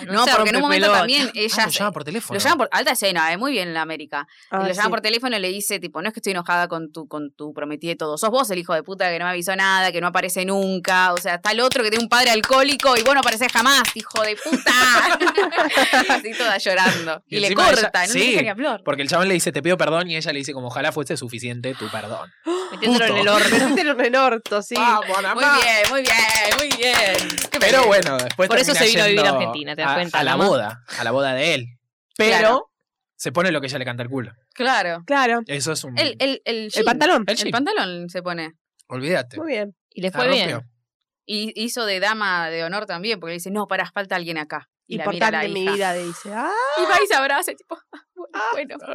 S2: No,
S4: se
S2: porque en un
S4: rompe
S2: momento
S4: pelota.
S2: también
S1: Ah,
S2: ella...
S1: lo llama por teléfono.
S2: Lo llaman por alta escena, eh, muy bien en la América.
S3: Ah,
S2: y lo llama
S3: sí.
S2: por teléfono y le dice, tipo, no es que estoy enojada con tu, con tu prometido y todo. Sos vos el hijo de puta que no me avisó nada, que no aparece nunca. O sea, está el otro que tiene un padre alcohólico y vos no apareces jamás, hijo de puta. Así toda llorando. Y,
S1: Y
S2: le
S1: encima
S2: corta,
S1: ella-
S2: no
S1: sí.
S2: le deja ni hablar.
S1: Porque el chabón le dice, te pido perdón, y ella le dice, como ojalá fuese suficiente tu perdón.
S4: Metiéndolo en el horno.
S3: Metieron en orto, sí.
S1: Vamos,
S2: Muy bien, muy bien, muy bien. Qué
S1: Pero
S2: bien.
S1: bueno, después
S4: Por eso
S1: termina
S4: se vino a vivir a
S1: yendo
S4: Argentina, ¿te das cuenta,
S1: A la
S4: Lama?
S1: boda, a la boda de él. Pero
S2: Claro.
S1: se pone lo que ella le canta al culo.
S2: Claro.
S3: Claro.
S1: Eso es un.
S2: El, el, el,
S3: El
S2: jean,
S3: pantalón.
S1: Mm. El
S2: el
S1: jean.
S2: pantalón se pone.
S1: Olvídate.
S3: Muy bien.
S4: Y le
S1: La
S4: fue bien.
S1: rompió.
S2: Y hizo de dama de honor también, porque le dice, no, pará, falta alguien acá. Y la mira la
S3: Importante en mi
S2: hija.
S3: vida, dice. Ah,
S2: Y va y se abraza, tipo, "Ah, bueno, bueno.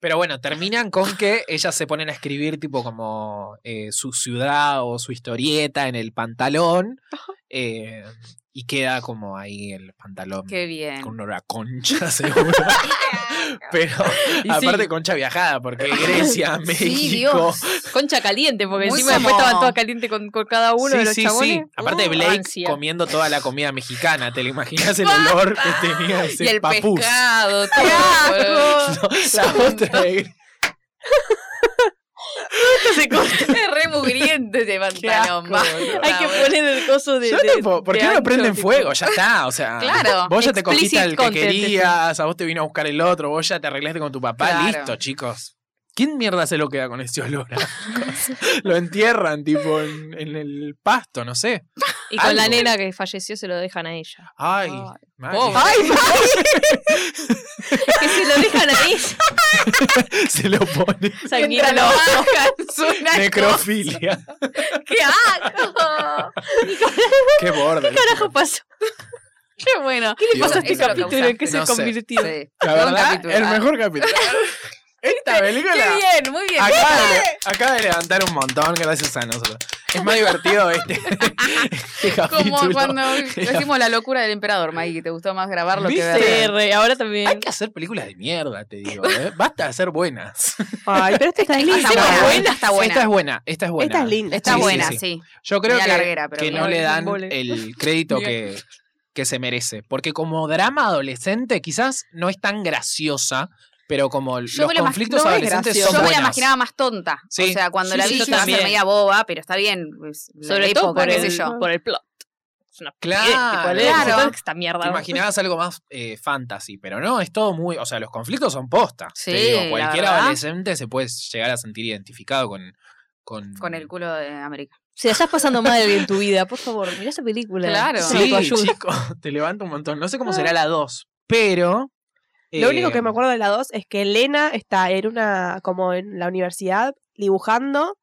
S1: Pero bueno, terminan con que ellas se ponen a escribir tipo como eh, su ciudad o su historieta en el pantalón. eh, y queda como ahí el pantalón
S2: Qué bien.
S1: con una concha seguro. Pero aparte concha viajada, porque Grecia, México.
S2: Sí, Dios.
S4: Concha caliente, porque
S2: Muy
S4: encima después
S2: como-
S4: estaban todas calientes con, con cada uno de los chabones.
S1: Aparte
S4: Mm,
S1: Blake
S4: rancia.
S1: comiendo toda la comida mexicana, ¿te lo imaginas el olor que tenía ese
S2: Y el
S1: papús?
S2: pescado,
S3: ¡Qué
S2: todo.
S3: asco!
S1: La otra de Grecia.
S2: es re mugriente ese pantalón.
S1: asco,
S2: va.
S1: boludo.
S4: Hay que poner el coso de.
S1: Yo
S4: de-
S1: no puedo- ¿Por
S4: de
S1: qué no lo
S4: ancho,
S1: prenden
S4: tipo?
S1: fuego? Ya está, o sea.
S2: Claro,
S1: Vos ya te cogiste
S4: explicit
S1: al que
S4: content,
S1: querías, a vos te vino a buscar el otro, vos ya te arreglaste con tu papá,
S2: Claro.
S1: listo, chicos. ¿Quién mierda se lo queda con ese olor? a cosas? lo entierran, tipo, en, en el pasto, no sé.
S4: Y con la
S1: Algo.
S4: nena que falleció se lo dejan a ella.
S1: Ay,
S2: Ay,
S1: Mari.
S2: pobre.
S4: Que se lo dejan a ella.
S1: se lo pone.
S2: Mientras lo
S4: Sanguinario.
S2: bajan, es una
S1: Necrofilia.
S2: cosa- ¡Qué asco!
S1: Qué borde.
S4: ¿Qué pasó?
S2: ¡Qué bueno! ¿Qué
S1: le pasó a este
S4: capítulo en que se
S1: No sé.
S4: convirtió?
S1: La verdad, el mejor capítulo. Esta película.
S2: ¡Qué bien, muy
S4: Ah,
S2: bien!
S1: Acaba de, acaba de levantar un montón, gracias a nosotros. Es más divertido este, este capítulo.
S2: Ah, Como cuando hicimos la locura del emperador, Maggie, que te gustó más grabarlo que
S1: ¿Viste?
S2: verlo.
S4: TR, ahora también.
S1: Hay que hacer películas de mierda, te digo. ¿eh? Basta de hacer buenas.
S3: Ay, pero esta está linda.
S2: Ah, Está buena, buena, está
S1: Esta es
S2: buena.
S1: buena, esta es buena.
S3: Esta es linda.
S2: Está
S1: Sí, sí,
S2: buena,
S1: sí.
S2: sí.
S1: Yo creo
S2: Media
S1: que,
S2: larguera, pero
S1: que
S2: bien.
S1: no le dan
S4: Embole.
S1: el crédito que, que se merece. Porque como drama adolescente quizás no es tan graciosa, pero como
S2: Yo
S1: los
S2: me lo imag-
S1: conflictos
S3: no es
S1: adolescentes son
S3: gracioso.
S2: Yo me la
S1: buenas.
S2: imaginaba más tonta.
S1: Sí.
S2: O sea, cuando
S4: Sí,
S2: la
S4: sí,
S2: vi
S4: yo
S2: yo estaba
S4: también.
S2: media boba, pero está bien. pues, la
S4: Sobre todo
S2: época,
S4: por
S2: qué
S4: el,
S2: sé yo.
S4: por el plot. Es una
S1: Claro.
S4: estupidez, tipo, leer
S2: Claro.
S4: todo esta mierda.
S1: Te imaginabas algo más eh, fantasy, pero no, es todo muy. O sea, los conflictos son posta.
S2: Sí,
S1: Te digo,
S2: la
S1: cualquier
S2: verdad.
S1: adolescente se puede llegar a sentir identificado con. Con,
S2: Con el culo de América.
S4: Si la estás pasando mal en tu vida, por favor, mira esa película.
S2: Claro.
S4: Eso
S1: Sí,
S4: te ayuda.
S1: chico, te levanta un montón. No sé cómo
S2: Ah.
S1: será la 2, pero.
S3: Lo único que
S1: eh,
S3: me acuerdo de la 2 es que Elena está en una, como en la universidad, dibujando,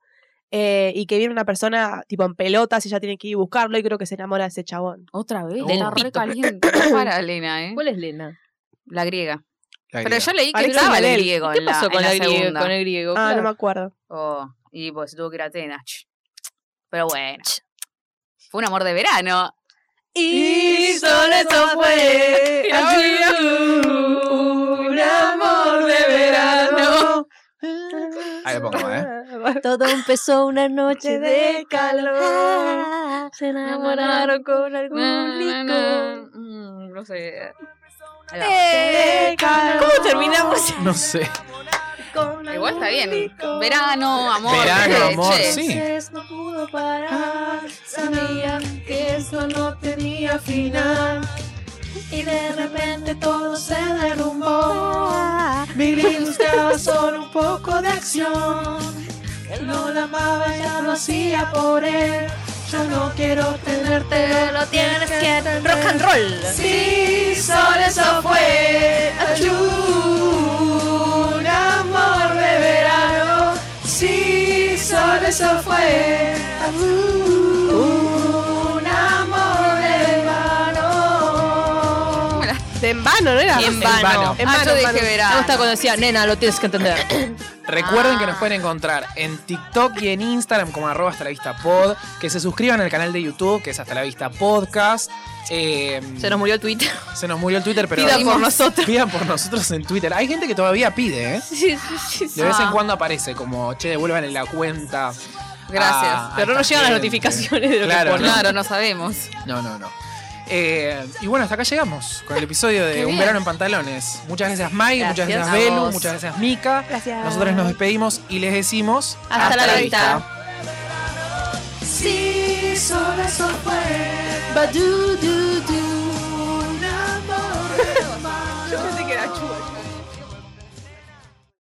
S3: eh, y que viene una persona tipo en pelotas y ella tiene que ir a buscarlo y creo que se enamora de ese chabón.
S2: Otra vez.
S1: Oh.
S2: Está re caliente. Para Elena, ¿eh?
S4: ¿Cuál es Lena?
S2: La griega.
S1: la
S2: Pero
S1: idea.
S2: yo leí que
S3: Alexa
S2: estaba el
S3: Valel.
S2: griego.
S4: ¿Qué
S2: en
S4: pasó
S2: en
S4: con, la griego,
S2: segunda.
S4: con el griego?
S3: Ah,
S4: Claro.
S3: no me acuerdo.
S2: Oh, y pues tuvo que ir a Atenas. ch. Pero bueno. Fue un amor de verano.
S4: Y
S3: solo eso fue
S4: un amor de
S2: verano.
S1: Ahí lo pongo, ¿eh?
S4: Todo empezó una noche
S3: de calor.
S4: Se
S2: enamoraron
S4: con
S2: Na, na, na. Mm, No sé. Ahí va.
S4: ¿Cómo terminamos?
S1: No sé.
S2: Igual está bien. Verano, amor.
S1: Verano,
S2: che,
S1: amor,
S2: che. Ah,
S1: sí.
S4: No pudo parar, sabía que eso no tenía final. Y de repente todo se derrumbó.
S5: Mi gris buscaba solo un poco de acción. Él no la amaba, ya lo hacía por él. Yo no quiero tenerte,
S4: Lo tienes que rock and roll.
S5: Sí, solo eso fue. Achú, un amor de verano. Sí, solo eso fue. Achú, un amor de verano.
S3: De en vano, ¿no era?
S4: En vano.
S1: vano.
S3: En
S2: Ah,
S3: vano,
S2: yo
S3: en
S2: dije
S3: vano.
S4: Me
S2: verano.
S4: gusta cuando decía, nena, lo tienes que entender.
S1: Recuerden que
S2: Ah.
S1: nos pueden encontrar en TikTok y en Instagram como arroba hasta la vista pod. Que se suscriban al canal de YouTube, que es hasta la vista podcast. Eh,
S4: Se nos murió el Twitter.
S1: se nos murió el Twitter, pero
S4: Pidan por nosotros.
S1: pidan por nosotros en Twitter. Hay gente que todavía pide, ¿eh?
S4: Sí, sí, sí, sí.
S1: De vez en
S2: Ah.
S1: cuando aparece como, che, devuelvan la cuenta.
S2: Gracias.
S1: a- a
S4: Pero no
S1: esta
S4: llegan las
S1: gente".
S4: notificaciones de lo
S1: Claro,
S4: que ponen.
S2: Claro, no sabemos.
S1: No, no, no. Eh, y bueno, hasta acá llegamos con el episodio
S2: Qué
S1: de Un
S2: bien.
S1: Verano en Pantalones. Muchas gracias Mai, muchas
S4: Gracias
S1: gracias
S4: a
S1: Belu,
S4: vos.
S1: muchas gracias Mika.
S3: Gracias.
S1: Nosotros nos despedimos y les decimos
S4: Hasta la vista.
S5: Sí, solo eso fue. Ba-do-do-do.